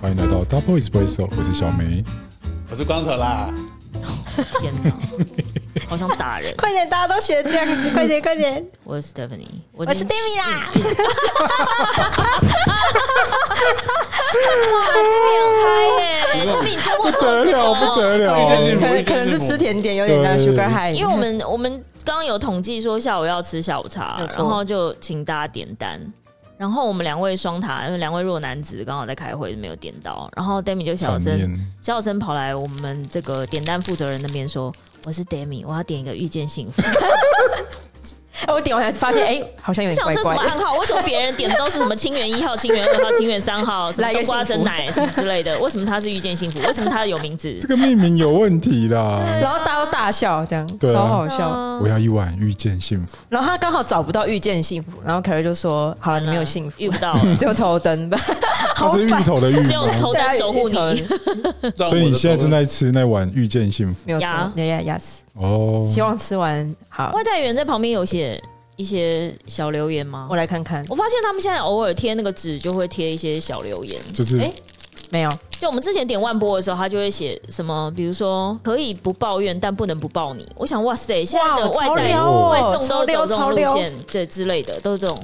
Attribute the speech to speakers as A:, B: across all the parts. A: 欢迎来到 Double Espresso，我是小梅。
B: 我是光头 啦，
C: 天哪，好想打 人！
D: 快点，大家都学这样子，快点，快点！
C: 我是 Stephanie，我
D: 我是 d a m i 啦，哇，
C: 嗨耶！他比你超过
A: 不得了，不得了！
D: 可能可能是吃甜点有点像
A: 哦对
D: Sugar High，
C: 因为我们我们刚刚有统计说下午要吃下午茶
D: 没，错
C: 然后就请大家点单。然后我们两位双塔，因为两位弱男子刚好在开会没有点到，然后 Demi 就小
A: 场
C: 声
A: 面
C: 小声跑来我们这个点单负责人那边说：“我是 Demi，我要点一个遇见幸福。”
D: 哎我点完才发现，哎，好像有点
C: 想
D: 怪
C: 这什啊
D: 怪
C: 么
D: 的。
C: 暗号？为什么别人点的都是什么清源一号、清源二号、清源三号、什么
D: 来一
C: 冬
D: 个
C: 瓜
D: 幸
C: 蒸
D: 福
C: 奶什么之类的？为什么他是遇见幸福？为什么他有名字
A: 这？个命名有问题啦！
D: 然后大家都大笑，这样
A: 对啊
D: 超好
C: 嗯
D: 笑。
A: 我要一碗遇见幸福，
D: 然后他刚好找不到遇见幸福，然后凯瑞就说：“好了，你没有幸福，
C: 遇 不到了，
D: 只有头灯 吧。
A: 它是芋头的芋
C: 只有
A: 吗？
C: 头灯守护你
D: 对。啊头
A: 所以你现在正在吃那碗遇见幸福
D: 没有错
C: 呀
D: ，Yeah Yeah Yes。
A: 哦。
D: 希望吃完好，
C: 外带员在旁边有写一些小留言吗
D: 我？来看看。
C: 我发现他们现在偶尔贴那个纸，就会贴一些小留言。
A: 就是
C: 哎
D: 没有，
C: 就我们之前点万波的时候，他就会写什么，比如说可以不抱怨，但不能不抱你。我想，哇塞，现在的
D: 哇
C: 外
D: 超
C: 带
D: 撩哦
C: 外送都
D: 超
C: 是走
D: 撩
C: 这种
D: 超
C: 路
D: 撩
C: 线，对之类的，都是这种。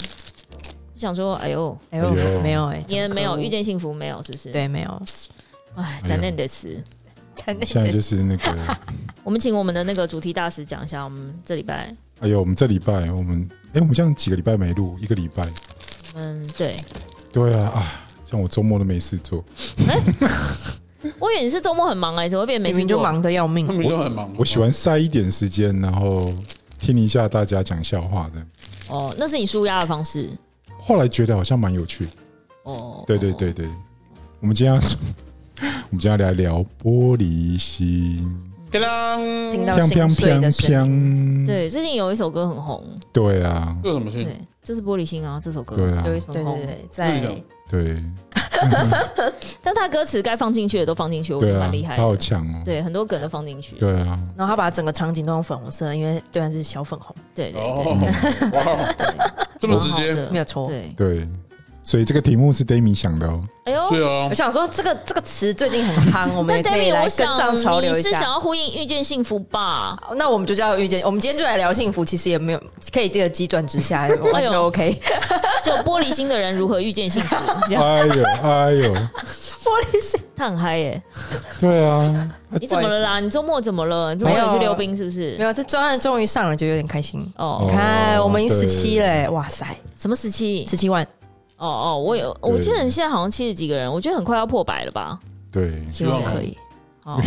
C: 我想说，哎呦，
D: 哎呦
A: 哎呦，
D: 没有，哎，
C: 你们没有
D: 可恶
C: 遇，见幸福没有？是不是？，
D: 对，没 有。
C: 哎，
A: 哎
C: 咱
A: 呦
C: 那的词。
D: 真的
A: 现在就是那个，
C: 我们请我们的那个主题大师讲一下，我们这礼拜，
A: 哎呦，我们这礼拜我们，哎，我们这样几个礼拜没录，一个礼拜，
C: 嗯，对，
A: 对啊啊，像我周末都没事做，
C: 我以为你是周末很忙哎，怎么会变没
D: 明
C: 事
D: 明就
C: 做？
D: 忙得要命
B: 他。们都很忙。
A: 我喜欢塞一点时间，然后听一下大家讲笑话的。
C: 哦，那是你舒压的方式
A: 后来觉得好像蛮有趣的，
C: 哦。
A: 对对对对，我们今天要 我们今天要来聊玻璃心，
B: 叮当，
D: 听到
A: 砰
D: 心
A: 砰
D: 碎
A: 嗯砰
D: 的声音，
A: 砰，
C: 对，最近有一首歌很红，
A: 对啊，
B: 这有什么
D: 嗯
B: 事？
C: 对，就是《玻璃心》啊，这首歌。
A: 对啊，
D: 有一对对对，在
A: 对
C: 但他歌词该放进去的都放进去，我觉
A: 对
C: 得
A: 啊
C: 蛮厉，害
A: 他好
C: 的。
A: 强哦，
C: 对，很多梗都放进去。
A: 对啊，
D: 然后他把整个场景都用粉红色，因为对岸是小粉红，
C: 对对
B: 哦
C: 对，，
B: 哇，哦这么直接，
C: 蛮好的
D: 没有错。
C: 对，
A: 对，所以这个题目是 Dami 想的 哦，
C: 哎呦。
B: 对啊
D: 我，想说，这个这个词最近很夯，我们
C: 但
D: 也可以
C: David，
D: 来
C: 我
D: 跟
C: 想
D: 上潮流
C: 你
D: 一
C: 是想
D: 下。
C: 要呼应遇见幸福吧？
D: 那我们就叫遇见，我们今天就来聊幸福，其实也没有可以这个急转 直
C: 哎
D: 下，完全 OK。
C: 就玻璃心的人如何遇见幸 福？这样
A: 哎呦哎呦，
D: 玻璃心
C: 他很嗨耶！
A: 对啊，
D: 哎
C: 你怎么了啦？你周末怎么了？你周末有去溜冰是不是
D: 没？有，这专案终于上了，就有点开心。
C: 哦，
D: 你看，
A: 哦
D: 我们已经
A: 对
D: 十七嘞，哇塞，
C: 什么时期？
D: 十七万，
C: 哦哦，我有，
A: 对
C: 我记得你现在好像七十几个人，我觉得很快要破百了吧？
A: 对。
D: 希望可以。
A: 嗯
C: 哦，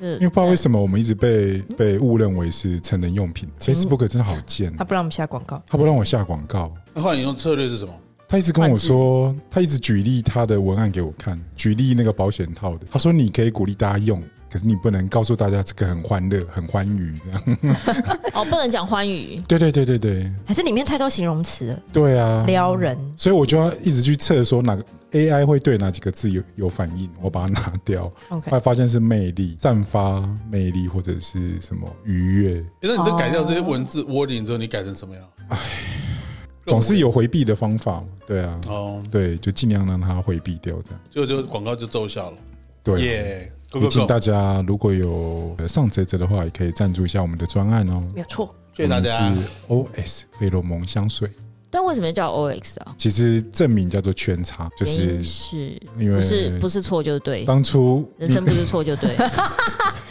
C: 就是
A: 因为不知道为什么我们一直被被误认为是成人用品，Facebook 真的好贱，
D: 嗯他不让我们下广告，
A: 他不让我下广告，
B: 那后来你用策略是什么？
A: 他一直跟我说，他一直举例他的文案给我看，举例那个保险套的。他说你可以鼓励大家用，可是你不能告诉大家这个很欢乐、很欢愉这样。
C: 哦，不能讲欢愉，
A: 对对对对对
D: 还是里面太多形容词了，
A: 对啊！
D: 撩人。
A: 所以我就要一直去测说哪个 AI 会对哪几个字有有反应，我把它拿掉。后
D: OK，
A: 来发现是魅力、散发魅力或者是什么愉悦，
B: 那你在改掉这些文字窝点之后，你改成什么样？
A: 总是有回避的方法嘛。对啊，
B: 哦，
A: 对，就尽量让它回避掉这样。
B: 就就广告就奏效了，
A: 对。啊
B: 耶！Go
A: 也
B: Go
A: 请
B: Go！
A: 大家如果有呃上折折的话，也可以赞助一下我们的专案哦。
D: 没有错。
B: 谢谢大家。
A: 我们是 OS 费洛蒙香水，
C: 但为什么叫 OX 啊？
A: 其实正名叫做圈叉，就
C: 原
A: 是
C: 因是
A: 因为
C: 哎不是不是错就对，
A: 当初
C: 人生不是错就 对，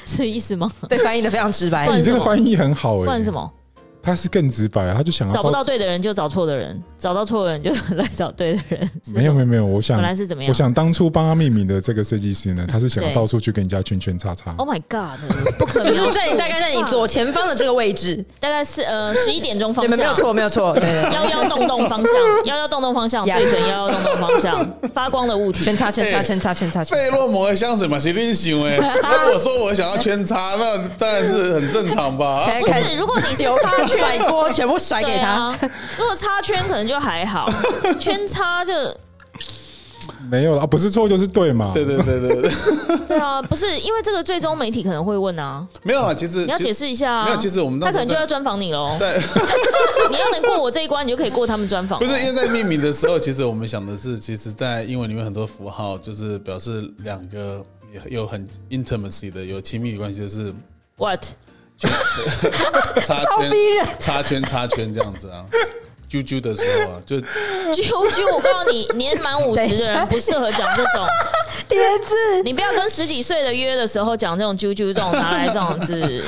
C: 是意思吗？
D: 被翻译的非常直白
C: 不。
A: 哎
C: 然
A: 你这
C: 什
A: 个
C: 么
A: 翻译很好
C: 不
A: 哎、
C: 然
A: 欸，
C: 什么？
A: 他是更直白，他就想要
C: 找不到对的人就找错的人，找到错的人就 来找对的人。是
A: 没有没
C: 什么
A: 有没有，我想
C: 本来是怎么
A: 我
C: 样
A: 想当初帮他命名的这个设计师呢，他是想要
C: 对
A: 到处去跟人家圈圈叉叉，
C: ？Oh my god！不 可
D: 就
C: 能，
D: 是在你大概在你左前方的这个位置，
C: 大概是呃十一点钟方
D: 对，
C: 向，
D: 没有错，没有错，对对对
C: 幺幺洞洞 方向，幺幺洞洞方向，
D: 呀
C: 对准幺幺洞洞方 向，发光的物体。
D: 圈叉圈叉
B: 哎
D: 圈叉圈叉 圈
B: 费洛蒙的香水嘛，谁定行哎？那我说我想要圈叉，那当然是很正 常吧。
D: 叉，
C: 不是，如果你是插
D: 叉，甩
C: 圈，
D: 锅全部甩
C: 对
D: 给他，
C: 啊。如果插圈可能就还好，圈插就
A: 没有啦，不是错就是对嘛。
B: 对对对对对，
C: 对啊，不是因为这个最终媒体可能会问啊，
B: 没有啦，其实
C: 你要解释一下啊。
B: 没有其实我们那
C: 他
B: 时
C: 可
B: 候
C: 能就要专访你喽。
B: 在
C: 你要能过我这一关，你就可以过他们专访
B: 不。是因为在命名的时候，其实我们想的是，其实，在英文里面很多符号就是表示两个也有很 intimacy 的有亲密的关系，就是
C: What？
B: 插圈
D: 逼人、
B: 插圈、插圈这样子啊。啾啾的时候啊，就
C: 啾啾，我告诉你，年满五十的人不适合讲这种。
D: 叠
C: 啊
D: 字，
C: 你不要跟十几岁的约的时候讲这种啾啾这种拿来这种 字。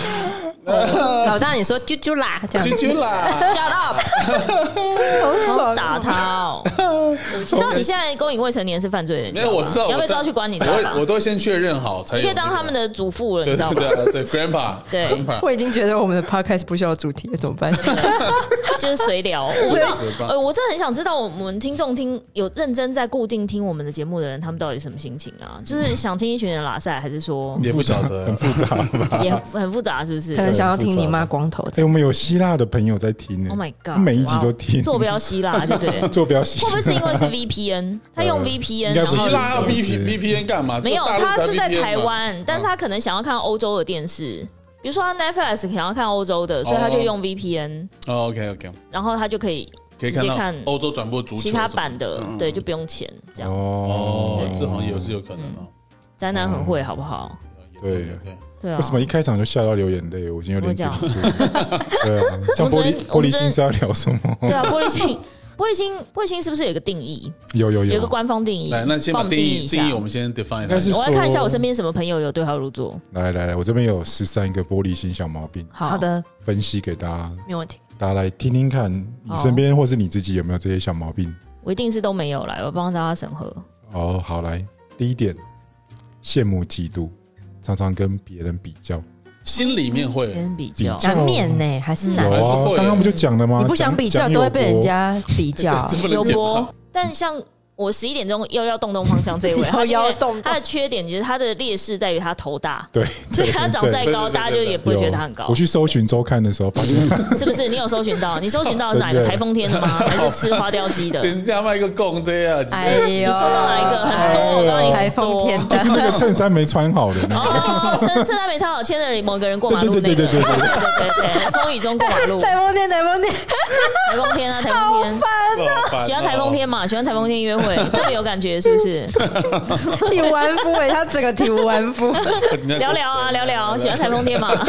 D: 老大你说啾啾啦，这样
B: 啾啾啦，
C: Shut up！
D: 好爽啊
C: 打
D: 打
C: 他哦！你知道你现在勾引未成年是犯罪的，你
B: 没有我
C: 吗
B: 知道，
C: 你要被
B: 我知道
C: 抓去关，你
B: 我
C: 知道
B: 会
C: 吧？
B: 我都先确认好才有
C: 你
B: 那个。
C: 可以当他们的祖父了，你
B: 对
C: 知道
B: 对
C: 吧？
B: 对对，grandpa，
C: 对
B: grandpa
D: 我已经觉得我们的 podcast 不需要主题了，怎么 办？
C: 就是随 聊，我不知道
B: 随聊。
C: 呃，我真的很想知道我们听众听有认真在固定听我们的节目的人，他们到底什么心情啊？就是想听一群人拉塞，还是说
B: 也不晓
A: 很
B: 得，
A: 复杂吧？
C: 也很复杂，是不是
D: 可能想要听你妈光头
A: 哎、，我们有希腊的朋友在听呢、
C: ？Oh my god！
A: 每一集都听
C: 哇，坐标希腊，对不对？
A: 坐标系，
C: 会不会是因为是 VPN？他用
A: 呃应该
C: VPN，然
A: 不是
C: 后嗯
B: 希腊要
A: 对
B: V P V P N 干嘛？
C: 没有，
B: 就大陆
C: 他
B: 才
C: 是在
B: VPN 嘛
C: 台湾，但他可能想要看欧洲的电视，比如说他 Netflix 想要看欧洲的，所以他就用 VPN，
B: 哦，OK OK，
C: 然后他就可以
B: 可以
C: 直
B: 看
C: 接
B: 到
C: 看
B: 欧洲转播足球
C: 其他
B: 什么
C: 版的，对，就不用钱。这样
A: 哦
B: 哦，这好像也是有可能哦。
C: 宅男很会，好不好？
A: 嗯对
B: 对，
C: 对啊，
A: 为什么一开场就笑到流眼泪？我已经有点顶不住。对啊，像玻璃玻
C: 我们昨天
A: 璃心是要聊什么？
C: 对啊，玻璃心， 玻璃心，玻璃心是不是有一个定义？
A: 有有
C: 有一
A: 有
C: 个，官方定义？
B: 来，那先把
C: 帮我们
B: 定义
C: 一
B: 定义，
C: 下
B: 我。们先 define
A: 应该是
B: 它
C: 我来看一下
A: 说
C: 我身边什么朋友有对号入座。
A: 来来来，我这边有十三个玻璃心小毛病，
C: 好，
D: 的，
A: 分析给大家，
D: 没问题。
A: 大家来听听看，你身边或是你自己有没有这些小毛病？
C: 我一定是都没有来，我帮大家审核。
A: 哦，好，来，第一点，羡慕嫉妒，常常跟别人比较，
B: 心里面会
C: 先比
A: 比
C: 较，
A: 较
D: 难免呢，还是
C: 嗯
D: 难
A: 有
B: 还
D: 免。
B: 是会
A: 啊，
B: 有
A: 刚刚不就讲了吗？
D: 你不想
A: 讲啊
D: 比较，都会被人。家比 较。
B: 这不能
C: 有
B: 剪
C: 播
B: 吧？，
C: 但像我十一点钟又要动动方向这一位，他
D: 又要
C: 因为
D: 动 动
C: 他的缺点就是他的劣势在于他头大，
A: 对，
C: 所 以他长再
A: 对
C: 高，
B: 对对对对
C: 大家就也不会觉得他很高
A: 我，去搜寻周刊的时候，发现
C: 是不是？你有搜寻到？你搜寻到是哪一个
A: 真的
C: 台风 天的吗？还是吃花雕鸡的？
B: 人家卖个供这样子，
D: 哎呦，
C: 搜到哪一个？很
D: 哎
C: 多，我告诉你，
D: 台风天
A: 就是
D: 的，
A: 那个衬衫没穿好的那个。
C: 哦，趁趁他没套好牵着某个人过马路那个，
A: 对对对对对对对
C: 对对对风雨中过马路，台
D: 风天，台风天，
C: 风天啊，台风天，
B: 好烦哦
C: 喜欢台风天嘛？喜欢台风天约 会，特别有感觉，是不是？
D: 体无完肤哎，他整个体无完肤。
B: 人家就
C: 聊聊啊，聊聊，喜欢台风天嘛？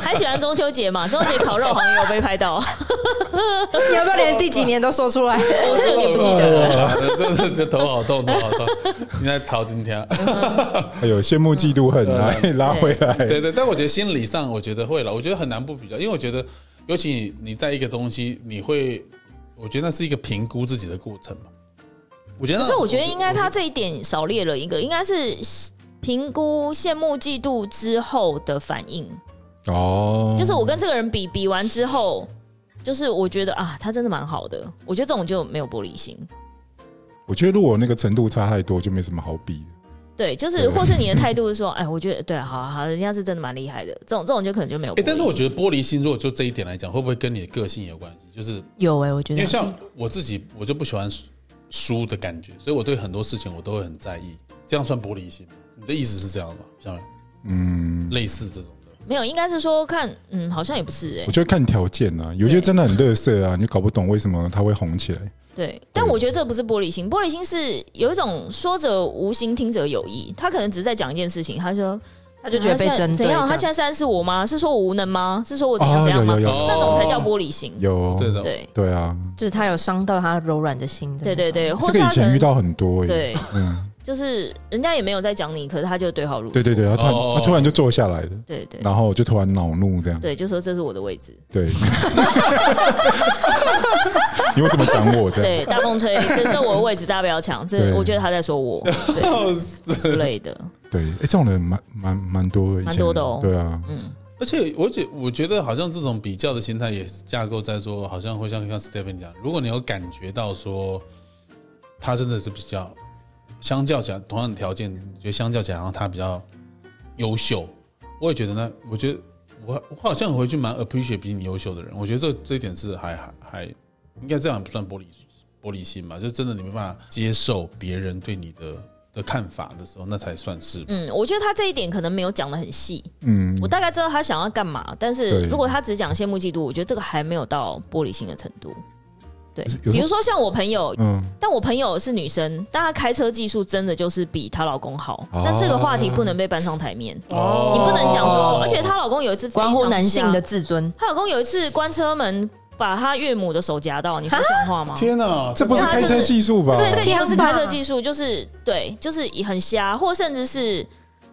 C: 还喜欢中秋节嘛？中秋节烤肉好像也有被拍到，
D: 你要不要连第几年都说出来？
C: 我是有点不记 得。
B: 得了，这这这头好痛，头好痛！ 现在逃今 天，
A: 哎呦，羡慕嫉妒恨，来拉回来。
B: 对对，但我觉得心理上，我觉得会了，我觉得很难不比较，因为我觉得，尤其你你在一个东西，你会，我觉得那是一个评估自己的过程嘛。我觉得那，
C: 可是我觉得应该他这一点少列了一个，应该是评估羡慕、嫉妒之后的反应，
A: 哦，
C: 就是我跟这个人比比完之后。就是我觉得啊，他真的蛮好的，我觉得这种就没有玻璃心。
A: 我觉得如果那个程度差太多，就没什么好比的。
C: 对，就是
A: 对
C: 或是你的态度是说，哎，我觉得对，好好，人家是真的蛮厉害的，这种这种就可能就没有玻璃
B: 哎，
C: 心。
B: 但是我觉得玻璃心，如果就这一点来讲，会不会跟你的个性有关系？就是
D: 有哎，我觉
B: 因为
D: 得
B: 像我自己，我就不喜欢输输的感觉，所以我对很多事情我都会很在意。这样算玻璃心吗？你的意思是这样吗？下面
A: 嗯，
B: 类似这种的，
C: 没有，应该是说看，嗯，好像也不是哎、
A: 我觉得看条件啊，有些真的很乐色啊，你就搞不懂为什么它会红起来。
C: 对，但我觉得这不是玻璃心，玻璃心是有一种说者无心，听者有意。他可能只是在讲一件事情，他说他
D: 他就觉得被
C: 现在
D: 针对这
C: 怎样？
D: 样。
C: 他现在是暗示我吗？是说我无能吗？是说我怎样
A: 哦，
C: 怎
A: 有
C: 样吗
A: 有？有
B: 哦
C: 那种才叫玻璃心。
A: 有，
B: 对的，
C: 对
A: 对啊，
D: 就是他有伤到他柔软的心的。
C: 对对，对，或
A: 这个
C: 是
A: 以
C: 他可
A: 前遇
C: 能
A: 到很多欸。
C: 对，
A: 嗯，
C: 就是人家也没有在讲你，可是他就对号入座
A: 对对对，他突
B: 哦
A: 然他突然就坐下来了，
C: 对对
A: 然后就突然恼怒这样。
C: 对，就说这是我的位置。
A: 对， 你为什么讲我的？
C: 对，大 风吹，这是我的位置，大家不要抢。这
A: 对
C: 我觉得他在说我， 对之类的。
A: 对，哎，这种人蛮蛮蛮多的，以前
C: 蛮多的哦
A: 对啊，
B: 而且我觉我觉得好像这种比较的心态也架构在说，好像会像像 Stephen 讲，如果你有感觉到说他真的是比较，相较起来同样的条件，你觉得相较起来，然后他比较优秀，我也觉得呢，我觉得我我好像回去蛮 appreciate 比你优秀的人，我觉得这这一点是还还还应该这样也不算玻璃玻璃心嘛，就真的你没办法接受别人对你的的看法的时候，那才算是。
C: 嗯，我觉得他这一点可能没有讲的很细，
A: 嗯，
C: 我大概知道他想要干嘛，但是
A: 对
C: 如果他只讲羡慕嫉妒，我觉得这个还没有到玻璃心的程度。对
A: 是，有时候
C: 比如说像我朋友，
A: 嗯，
C: 但我朋友是女生，但她开车技术真的就是比她老公好，
A: 哦
C: 但这个话题不能被搬上台面，
B: 哦
C: 你不能讲说，而且她老公有一次非常
D: 关乎男性
C: 瞎，
D: 的自尊。
C: 她老公有一次关车门把她岳母的手夹到，你说像话吗？
B: 天哪、
A: 这不是开车技术吧？
C: 对，这也不是
D: 天
C: 开
D: 吧
C: 车技术，就是对，就是很瞎，或甚至是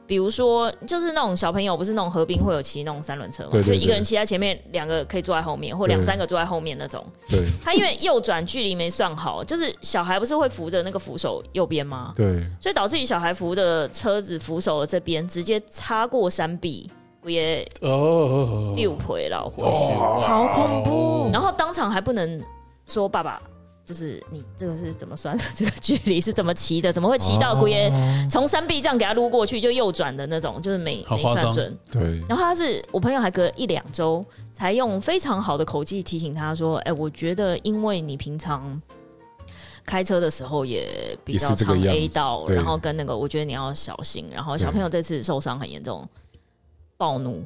C: 比如说，就是那种小朋友不是那种合并会有骑那种三轮车嘛，
A: 对对对
C: 就一个人骑在前面，两个可以坐在后面，或
A: 对
C: 两三个坐在后面那种。
A: 对
C: 他因为右转距离没算好，就是小孩不是会扶着那个扶手右边吗？
A: 对，
C: 所以导致于小孩扶着车子扶手的这边直接擦过山壁，也
B: 哦，
C: 六回老回。
B: 好恐怖
C: 然后当场还不能说爸爸，就是你这个是怎么算的？这个距离是怎么骑的？怎么会骑
B: 哦
C: 到龟爷从山壁这样给他撸过去就右转的那种？就是没
B: 好
C: 没
B: 夸张
C: 算准。
A: 对，
C: 然后他是我朋友，还隔一两周才用非常好的口气提醒他说：“哎、我觉得因为你平常开车的时候也比较
A: 也是这个
C: 常
A: 样子
C: A 到，
A: 对
C: 然后跟那个，我觉得你要小心。然后小
A: 对
C: 朋友这次受伤很严重，暴怒，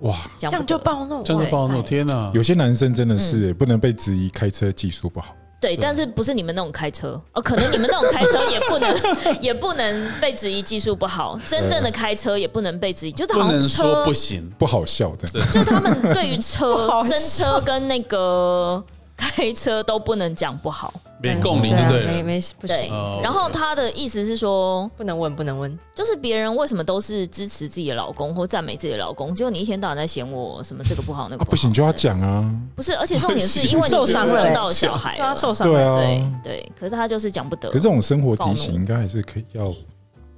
A: 哇，
C: 这
D: 这样就暴怒，
B: 真的暴
C: 哇
B: 怒！
C: 塞
B: 天哪、
A: 有些男生真的
C: 嗯
A: 是、欸不能被质疑开车技术不好，
C: 对，但是不是你们那种开车哦？可能你们那种开车 也不能，也不能被质疑技术不好。真正的开车也不能被质疑，就是
B: 不
C: 好像
B: 能说
C: 车
B: 不，行。
A: 不好笑的。
C: 就是他们对于
D: 不 好
C: 车、
D: 笑
C: 真车跟那个开车都不能讲不好。
B: 没共鸣
D: 对
B: 就
D: 啊
B: 对
D: 没
B: 了。
D: 没事不
C: 对
D: 行，
B: 哦，
C: 然后他的意思是说，
D: 不能问，不能问。
C: 就是别人为什么都是支持自己的老公或赞美自己的老公，结果你一天到晚在嫌我什么这个不好那个
A: 啊，不行就要，讲啊，
C: 不是？而且重点是因 为你
D: 受伤了
C: 伤到小孩
D: 对啊，
C: 了，
D: 受伤
A: 对
D: 了，
A: 啊。
C: 对对，可是他就是讲不得
A: 可是，这种生活
C: 暴
A: 提
C: 怒
A: 醒应该还是可以要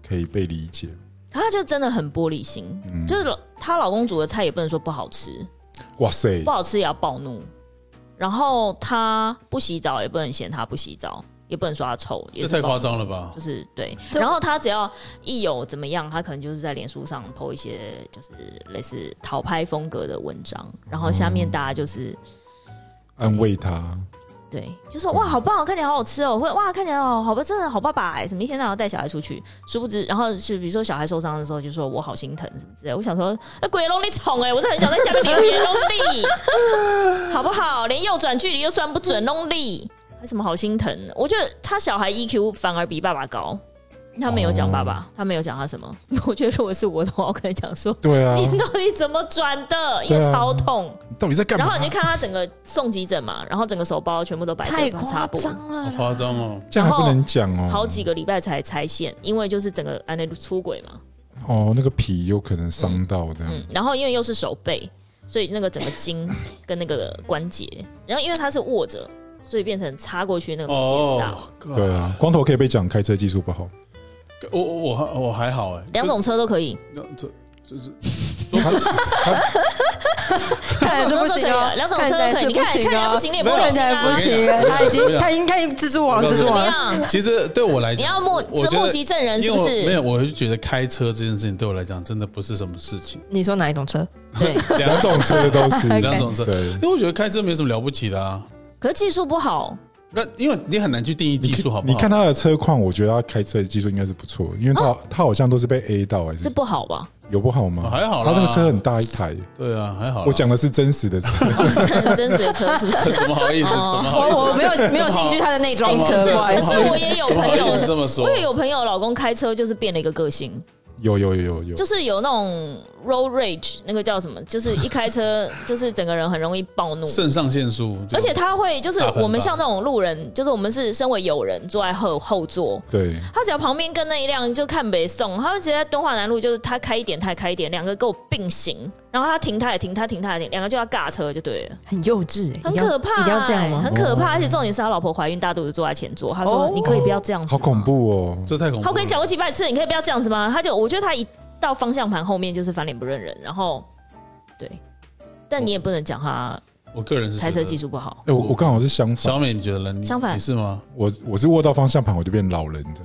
A: 可以被理解，
C: 他就真的很玻璃心，
A: 嗯，
C: 就是老她老公煮的菜也不能说不好吃，
A: 哇塞
C: 不，好吃也要暴怒。然后她不洗澡也不能嫌她不洗澡，也不能说她臭，也
B: 这
C: 是
B: 太
C: 暴
B: 夸
C: 怒，
B: 张了吧
C: 就？是对。
D: 这
C: 然后她只要一有怎么样，她可能就是在脸书上 po 一些就是类似讨拍风格的文章，然后下面大家就是。
A: 安慰他，
C: 对，就说哇，好棒，看起来好好吃哦，会哇，看起来好好吧，真的好爸爸哎，什么一天到晚带小孩出去，殊不知，然后是比如说小孩受伤的时候，就说我好心疼什么之类的，我想说，那鬼龙你宠哎，我是很想在下面留言龙力，好不好？连右转距离又算不准，龙力还什么好心疼？我觉得他小孩 EQ 反而比爸爸高，他没有讲爸爸，他没有讲他什么， 我觉得如果是我的话，我可能讲说。
A: 哦对啊，
C: 你到底怎么转的？因
A: 对
C: 为
A: 啊
C: 超痛，
A: 你到底在干嘛？
C: 然后你就看他整个送急诊嘛，然后整个手包全部都白色
D: 太
C: 的
D: 夸
C: 纱布，
D: 张
B: 好
D: 了，
B: 夸张哦！
A: 这样还不能讲哦，
C: 好几个礼拜才拆线，因为就是整个安内出轨嘛，
A: 哦，那个皮有可能伤到的，
C: 嗯，然后因为又是手背，所以那个整个筋跟那个关节，然后因为他是握着，所以变成插过去那个肌很大。
B: 哦，God
A: 对啊，，光头可以被讲开车技术不好，
B: 我我我还我还好哎，
C: 两种车都可以，
B: 就这这这
D: 看来是不行哦，
C: 两种
D: 看
C: 车都
D: 来
C: 可以，
D: 是
C: 你看
D: 行
C: 看起来不
D: 哦，
C: 行，你也不开
D: 看起
C: 心
D: 来
C: 啊
D: 不，哦行，他已经他应该蜘蛛网，
B: 我告
D: 蜘
B: 诉
D: 蛛
C: 怎么
D: 网。
C: 样？
B: 其实对我来讲，
C: 你要目
B: 我觉得
C: 目击证人是不
B: 因为我没
C: 是？
B: 有，我就觉得开车这件事情对我来讲真的不是什么事情，
D: 你说哪一种车？
C: 对，
A: 两种车都是，
D: OK
B: 两种车，
A: 对
B: 因，为我觉得开车没什么了不起的啊。
C: 可是技术不好，
B: 那因为你很难去定义技术好不好？
A: 你看他的车况，我觉得他开车的技术应该是不错，因为他、
B: 哦
A: 他好像都是被 A 到还
C: 是
A: 是
C: 不好吧？
A: 有不好吗？
B: 还好啦
A: 他那个车很大一台，
B: 对啊，还好啦。
A: 我讲的是真实的车，
C: 真实的车是不 是？
B: 怎么好意思？怎么好意思？
D: 哦我我没有没有兴趣他的内装车，
B: 这
D: 不
B: 么
D: 好
B: 好
D: 意
B: 意思
C: 哎可是。我
D: 思
C: 也有
B: 怎么
C: 朋
B: 好意
C: 友
B: 思这么说？
C: 我也有朋友老公开车就是变了一个个性，
A: 有有有有有，
C: 就是有那种 road rage，那个叫什么？就是一开车 就是整个人很容易暴怒。
B: 肾上腺素，就
C: 而且他会，就是
B: 大喷发
C: 我们像那种路人，就是我们是身为友人坐在后后座，
A: 对，
C: 他只要旁边跟那一辆就看北宋，他会直接在敦化南路，就是他开一点，他也开一点，两个给我并行，然后他停他也停，他停他也停，两个就要尬车就对了，
D: 很欸幼稚欸，
C: 很
D: 一定要
C: 可怕、
D: 一定要这样吗
C: 很？可怕，而且重点是他老婆怀孕，大肚子坐在前座，他说、
D: 哦
C: 你可以不要这样子，
A: 好恐。怖哦，
B: 这太恐怖了。
C: 他我跟你讲过几百次，你可以不要这样子吗？他就我觉得他一到方向盘后面就是翻脸不认人，然后对，但你也不能讲他
B: 我个人是
C: 开车技
B: 术。
C: 术不好。
A: 哎，我我刚好是相反，
B: 小美，你觉得呢？你
C: 相反
B: 你是吗？
A: 我我是握到方向盘我就变老人的，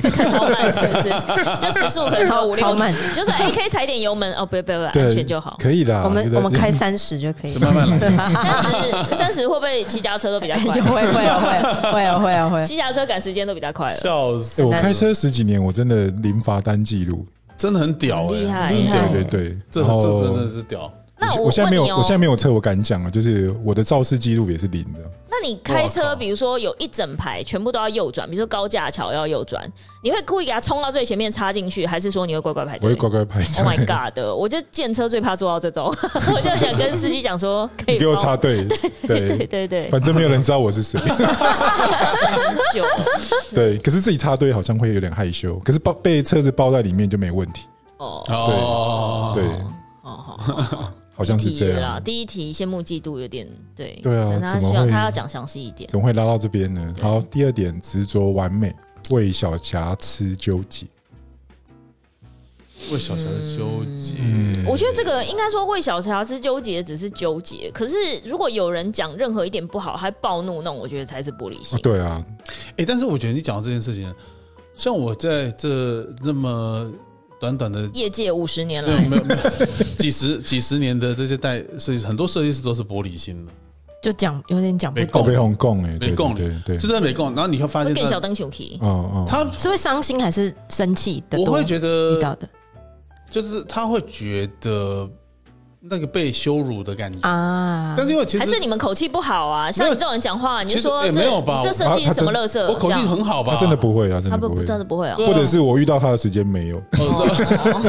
C: 超慢是不是？ 就时速可能超五六
D: 超慢，
C: 就是 A K 踩点油门哦，不要不要，不
B: 啊
C: 要安
A: 对
C: 全 就好。
A: 可以啦。
D: 我们
A: 对
D: 我们开三十就可以
B: 就。慢慢 来。
C: 三十三十会不会骑脚踏车都比较 快
D: 有？会会啊会会啊会 啊会 啊，
C: 骑脚踏车赶时间都比较快了。
B: 笑
A: 哎
B: 死，
A: 我开车十几年，我真的零罚单记录，
B: 真的很屌哎，
C: 很厉
B: 真的
C: 害
B: 很屌
A: 嗯对对对，
B: 这
A: 然后
B: 这真的是屌。
C: 那
A: 我
C: 我
A: 现在
C: 问
A: 没有
C: 你，哦
A: 我现，在没有车，我敢讲了，啊就是我的肇事记录也是零的。
C: 那你开
B: 哇
C: 车，
B: 靠
C: 比如说有一整排全部都要右转，比如说高架桥要右转，你会故意给它冲到最前面插进去，还是说你会乖乖排
A: 我
C: 队
A: 会乖乖排队。
C: ？Oh my god！的我就见车最怕做到这种，我就想跟司机讲说，可以
A: 你给我
C: 帮
A: 插队，
C: 对
A: 对，
C: 对对，
A: 反正没有人知道我是 谁。
C: 久
A: 对，可是自己插队好像会有点害羞，可是包被车子包在里面就没问题。
C: 哦
B: 哦，
A: 对，
C: 哦好好好
A: 好像是
C: 第一
A: 这
C: 题啦
A: 样。，
C: 第一题羡慕嫉妒有点对，
A: 对啊
C: 但是他
A: 怎么
C: 需要
A: 会
C: 他要讲详细一点。
A: 怎么会拉到这边呢？好，第二点，执着完美，为小瑕疵纠结。
B: 为小小的纠结，
A: 嗯
C: 我觉得这个应该说为小瑕疵纠结只是纠结，可是如果有人讲任何一点不好还暴怒，那我觉得才是玻璃
A: 哦
C: 心。
A: 对啊，
B: 哎，但是我觉得你讲到这件事情，像我在这那么短短的
C: 业界五十年
B: 没有
C: 来，
B: 没有没有 几十几十年的这些代设计师，很多设计师都是玻璃心的，
D: 就讲有点讲不
B: 没
D: 懂，
A: 哦被红共哎，
B: 没共
A: 对对对
B: 是
A: 对，
B: 真的没空。然后你会发
C: 会
B: 现
C: 给小
B: 他，
C: 灯球踢。
A: 哦哦，
B: 他
D: 是会伤心还是生气的
B: 我
D: 多？
B: 会觉
D: 遇
B: 得，
D: 到的
B: 就是他会觉得那个被羞辱的感觉。
D: 啊
B: 但，是因为其
C: 还是
B: 实
C: 你们口气不好啊？像
B: 没
C: 你
B: 有
C: 这种人讲话，你就
B: 其实
C: 说
B: 也
C: 这
B: 没有吧
C: 你这设计
A: 他他
C: 什么
A: 真
C: 乐色？
B: 我口气
C: 这样
B: 很好吧，
A: 他真的不会啊，真的
C: 他不
A: 不会
C: 不，真的不会哦
B: 对，啊
A: 或者是我遇到他的时间没有。
B: 哦。对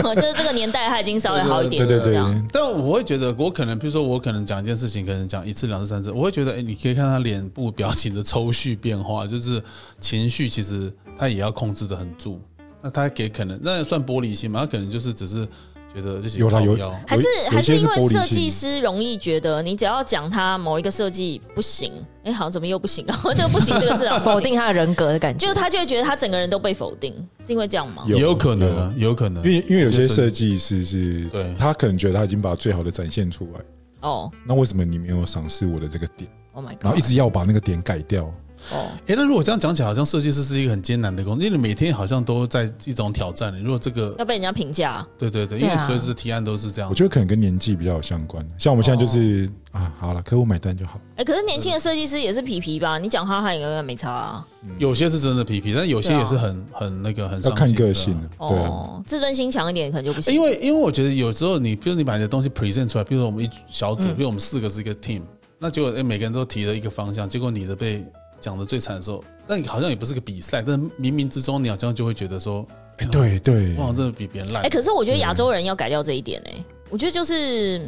C: 哦 就是这个年代他已经稍微好一点
A: 对
C: 了，
A: 对
C: 这
A: 对，
C: 样
B: 但我会觉得，我可能比如说，我可能讲一件事情，可能讲一次、两次、三次，我会觉得，哎，你可以看他脸部表情的抽蓄变化，就是情绪，其实他也要控制的很住。那他给可能那也算玻璃心嘛？他可能就是只是觉得就是
A: 有啦有
B: 靠腰
C: 还是
A: 有一
C: 还是
A: 有一些
C: 因
A: 是
C: 为
A: 玻璃
C: 设
A: 心
C: 计师容易觉得你只要讲他某一个设计不行，哎，好像怎么又不行啊？这个不行，这个字 啊
D: 否，定他的人格的感觉，
C: 就是他就会觉得他整个人都被否定，是因为这样吗？
A: 有
B: 也有可能啊，有可能
A: 因。为因为有些
B: 就是
A: 设计师是，
B: 对
A: 他可能觉得他已经把最好的展现出来，
C: 哦
A: 那为什么你没有赏识我的这个点？
C: ，Oh my
A: 然后一
C: god，
A: 直要把那个点改掉？
C: 哦，
B: 哎，那如果这样讲起来，好像设计师是一个很艰难的工作，因为你每天好像都在一种挑战。如果这个
C: 要被人家评价，
B: 对对对，因
D: 对
B: 为
D: 啊
B: 随时提案都是这样
A: 我，觉得可能跟年纪比较有相关。像我们现在就是、啊，好了，客户买单就好。
C: 哎，可是年轻的设计师也是皮皮吧？你讲他他也永远没差啊，
B: 有些是真的皮皮，但有些
C: 对啊
B: 也是很很那个很
A: 要
B: 伤
A: 看
B: 心
A: 个
B: 的哎
A: 性，对啊，
C: 哦，自尊心强一点可能就不行，
B: 因为因为我觉得有时候你，比如你把你的东西 present 出来，比如说我们一小
C: 嗯
B: 组，比如我们四个是一个 team，那结果哎每个人都提了一个方向，结果你的被讲的最惨的时候，那好像也不是个比赛，但冥冥之中你好像就会觉得说，
A: 哎、对对
B: 哇，真的比别人烂
C: 哎、。可是我觉得亚洲人要改掉这一点哎、我觉得就是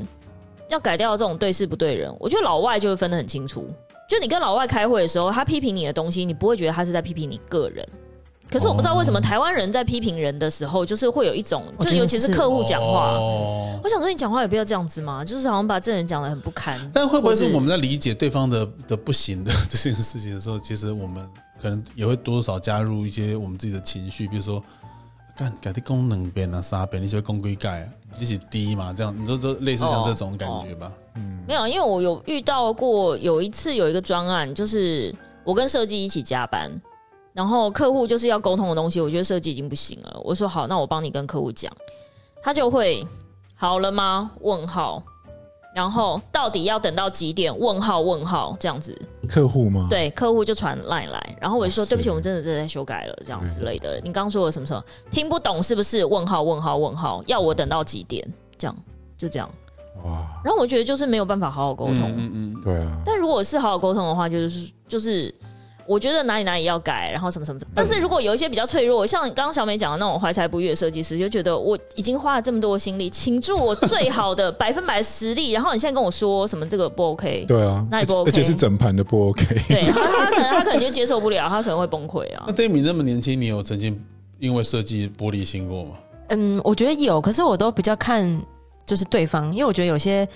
C: 要改掉这种对事不对人。我觉得老外就会分得很清楚，就你跟老外开会的时候，他批评你的东西，你不会觉得他是在批评你个人。可是我不知道为什么台湾人在批评人的时候，就是会有一种，
D: 我
C: 就
D: 觉得
C: 尤其是
D: 是
C: 客户讲话，
B: 哦
C: 我想说你讲话有必要这样子吗？就是好像把这人讲的很不堪。
B: 但会不会是
C: 或是
B: 我们在理解对方的的不行的 这件事情的时候，其实我们可能也会多多少加入一些我们自己的情绪，比如说，干改的功能变啊、啥变，你就会功归盖，一起啊低嘛，这样你说都类似像这种感觉吧？
C: 没有，因为我有遇到过有一次有一个专案，就是我跟设计一起加班，然后客户就是要沟通的东西，我觉得设计已经不行了。我说好，那我帮你跟客户讲，他就会好了吗？问号，然后到底要等到几点？问号问号这样子，
A: 客户吗？，
C: 对，客户就传 line 来，然后我就说
A: 哇塞
C: 对不起，我们真的正在修改了，这样之类的。你刚说的什么什么听不懂是不是？问号问号问号，要我等到几点？这样就这样，
A: 哇，
C: 然后我觉得就是没有办法好好沟通。
B: 嗯嗯嗯，
A: 对啊，
C: 但如果是好好沟通的话，就是就是，我觉得哪里哪里要改，然后什么什么什
A: 嗯
C: 么。但是如果有一些比较脆弱，像刚刚小美讲的那种怀才不遇的设计师，就觉得我已经花了这么多的心力，倾注我最好的 百分百实力，然后你现在跟我说什么这个不 OK，
A: 对啊，
C: 那也不
A: 而且
C: OK
A: 而且是整盘的不 OK。
C: 对他他可能他可能就接受不了，他可能会崩溃 啊
B: 那。对你那么年轻，你有曾经因为设计玻璃心过吗？
D: 嗯，我觉得有，可是我都比较看就是对方，因为我觉得有些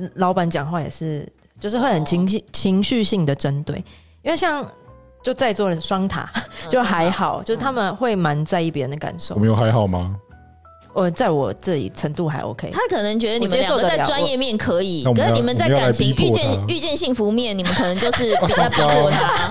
D: 嗯老板讲话也是，就是会很情
B: 哦
D: 绪、情绪性的针对，因为像就在座嗯
C: 啊
D: 的双塔就还好，就是他们会蛮在意别人的感受
A: 我。们有还好吗？
D: 我在我这里程度还 OK。
C: 他可能觉得你们
D: 我接
C: 两
D: 受
C: 个
D: 得
C: 在
D: 了
C: 专业面可以
A: 那我，们
C: 可是
A: 要
C: 你们在
A: 我们要
C: 感
A: 来逼
C: 情
A: 迫
C: 遇见
A: 他
C: 遇见幸福面，你们可 能就是比较逼
A: 糟糕
C: 迫 他。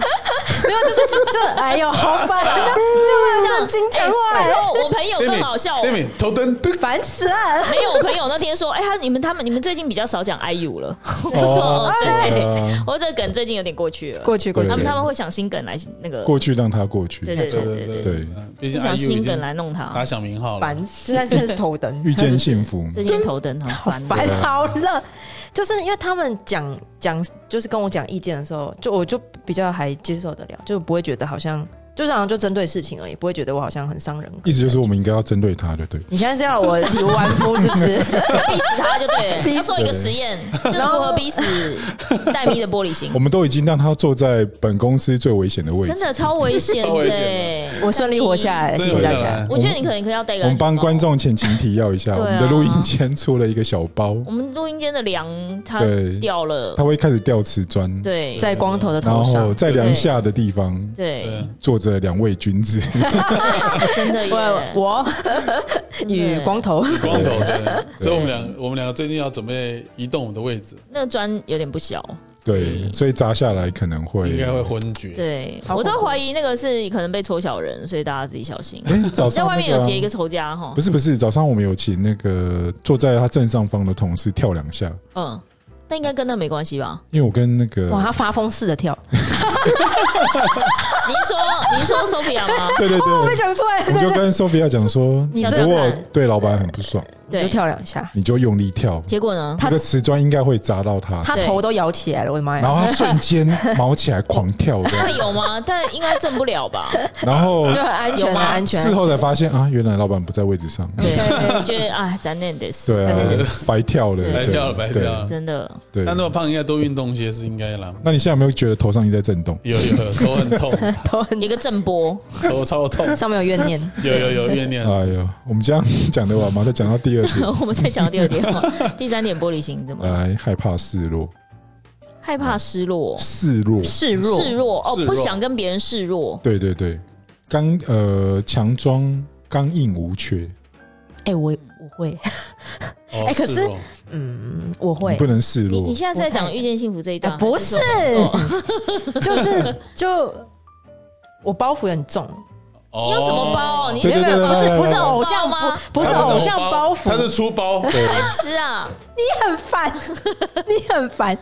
D: 没有，就是就就哎呦，好烦，没有办法正经讲话，
C: 哎然后我朋友更哦好
A: 哎
C: 笑，
B: 对面头灯，噔
D: 啊烦死啊了。
C: 没有我朋友那天说，哎，他你们他们你们最近比较少讲 IU 了，我说
A: 哦
C: 哦，
D: 哎
A: 对
C: 对，
A: 啊
C: 我这个梗最近有点过去了，
D: 过去过去
C: 他们他们会想新梗来那个，
A: 过去让他过去，
C: 对对
B: 对
C: 对
B: 对
C: 对
B: 对
C: 对，
A: 对，
B: 嗯毕竟
C: 就想
B: IU 已
C: 新
B: 经
C: 梗来啊弄他
B: 打，响名号了
D: 烦，，现在真的是头等，
A: 遇见幸福，
C: 最近头疼好烦
D: 烦
C: 的。
D: 好了。就是因为他们讲讲，就是跟我讲意见的时候，就我就比较还接受得了，就不会觉得好像就是好像就针对事情而已，不会觉得我好像很伤人。
A: 意思就是我们应该要针对他，对对。
D: 你现在是要我体无完肤是不是？
C: 逼死他就对了，
D: 逼死
C: 他做一个实验，就是如何逼死黛咪的玻璃心
A: 我，们都已经让他坐在本公司最危险的位置
C: 真，的超危险
B: 超危
C: 的
B: 险的
C: 欸。
D: 我顺利活下来，谢
B: 真的
D: 谢
B: 有
D: 大
B: 人
D: 家
B: 来。
C: 我觉得你可能可以要带一个
A: 我们帮观，众前情提要一下，
C: 对啊
A: 我们的录音间出了一个小包
C: 我，们录音间的梁它
A: 对
C: 掉了
A: 它，会开始掉瓷砖，
C: 对
D: 在光头的
A: 然
D: 头上
A: 后，在梁下的地方
C: 对
B: 对，
A: 坐着两位君 子，
C: 真的耶，
D: 我我与光头
B: 光头对，所以我们两我们两个最近要准备移动我们的位置，
C: 那个砖有点不小，
A: 对，所以砸下来可能会
B: 应该会昏厥。
C: 对
D: 好恐怖
C: 我都怀疑那个是可能被戳小人，所以大家自己小心。
A: 诶早
C: 在
A: 上那个啊
C: 外面有结一个仇家哈
A: 不，是不是，早上我们有请那个坐在他正上方的同事跳两下，
C: 嗯，但应该跟那没关系吧？
A: 因为我跟那个
D: 哇，他发疯似的跳，
C: 您说您说 Sophia 吗？
A: 对 对对，
D: 讲出来
A: 我就跟 Sophia 讲说，
D: 你这
A: 如果
D: 个
A: 对老板很不爽，
D: 你就
C: 对，
D: 跳两下，
A: 你就用力跳，
C: 结果呢？
A: 那个瓷砖应该会砸到他，
D: 他头都摇起来了，我的妈
A: 然
D: 呀！
A: 后他瞬间毛起来狂跳这
C: 会
A: 样，
C: 有吗？但应该挣不了吧？
A: 然后
D: 就很安全
C: 有吗
D: 啊，安全。
A: 事后才发现啊，原来老板不在位置上，
C: 对，觉得哎，咱那得死，
A: 对啊
D: 真的，
A: 白跳了，
C: 对
A: 对
B: 白跳了白跳了
C: 真的。
A: 对，
B: 但那么
A: 对
B: 胖，应该多运动些是应该啦。
A: 那你现在有没有觉得头上一直在震动？
B: 有有有，头很痛，
D: 头很
C: 一个震波，
B: 头超痛，
D: 上面有怨念，
B: 有有有怨念。
A: 哎呦，我们这样讲得完吗？再讲到第二 点，
C: 我们再讲到第二点好吗，第三点玻璃心怎么了
A: 来哎害怕示弱，
C: 害怕失落、
A: 示弱，
D: 示弱，
C: 示弱哦
B: 示，弱
C: 不想跟别人示弱，
A: 对对对，刚呃强装刚硬无缺，
D: 哎，我我会，
B: 哦
D: 哎可是
B: 示弱
D: 嗯，我
A: 你
D: 会
A: 不，能示
C: 你
A: 弱
C: 你，现在是在
D: 我
C: 讲
D: 太
C: 遇见幸福这一
D: 哎
C: 段，
D: 不
C: 还
D: 是
C: 说，
D: 就是就我包袱很重，
B: 哦
C: 你有什么包？你
A: 对对
D: 没有没有
A: 对对对
D: 不是不是
A: 对
D: 偶像
C: 包吗
D: 不不是偶像包
B: 他是
D: 袱，
B: 出包，
C: 白痴啊！
D: 你很 烦，你很烦，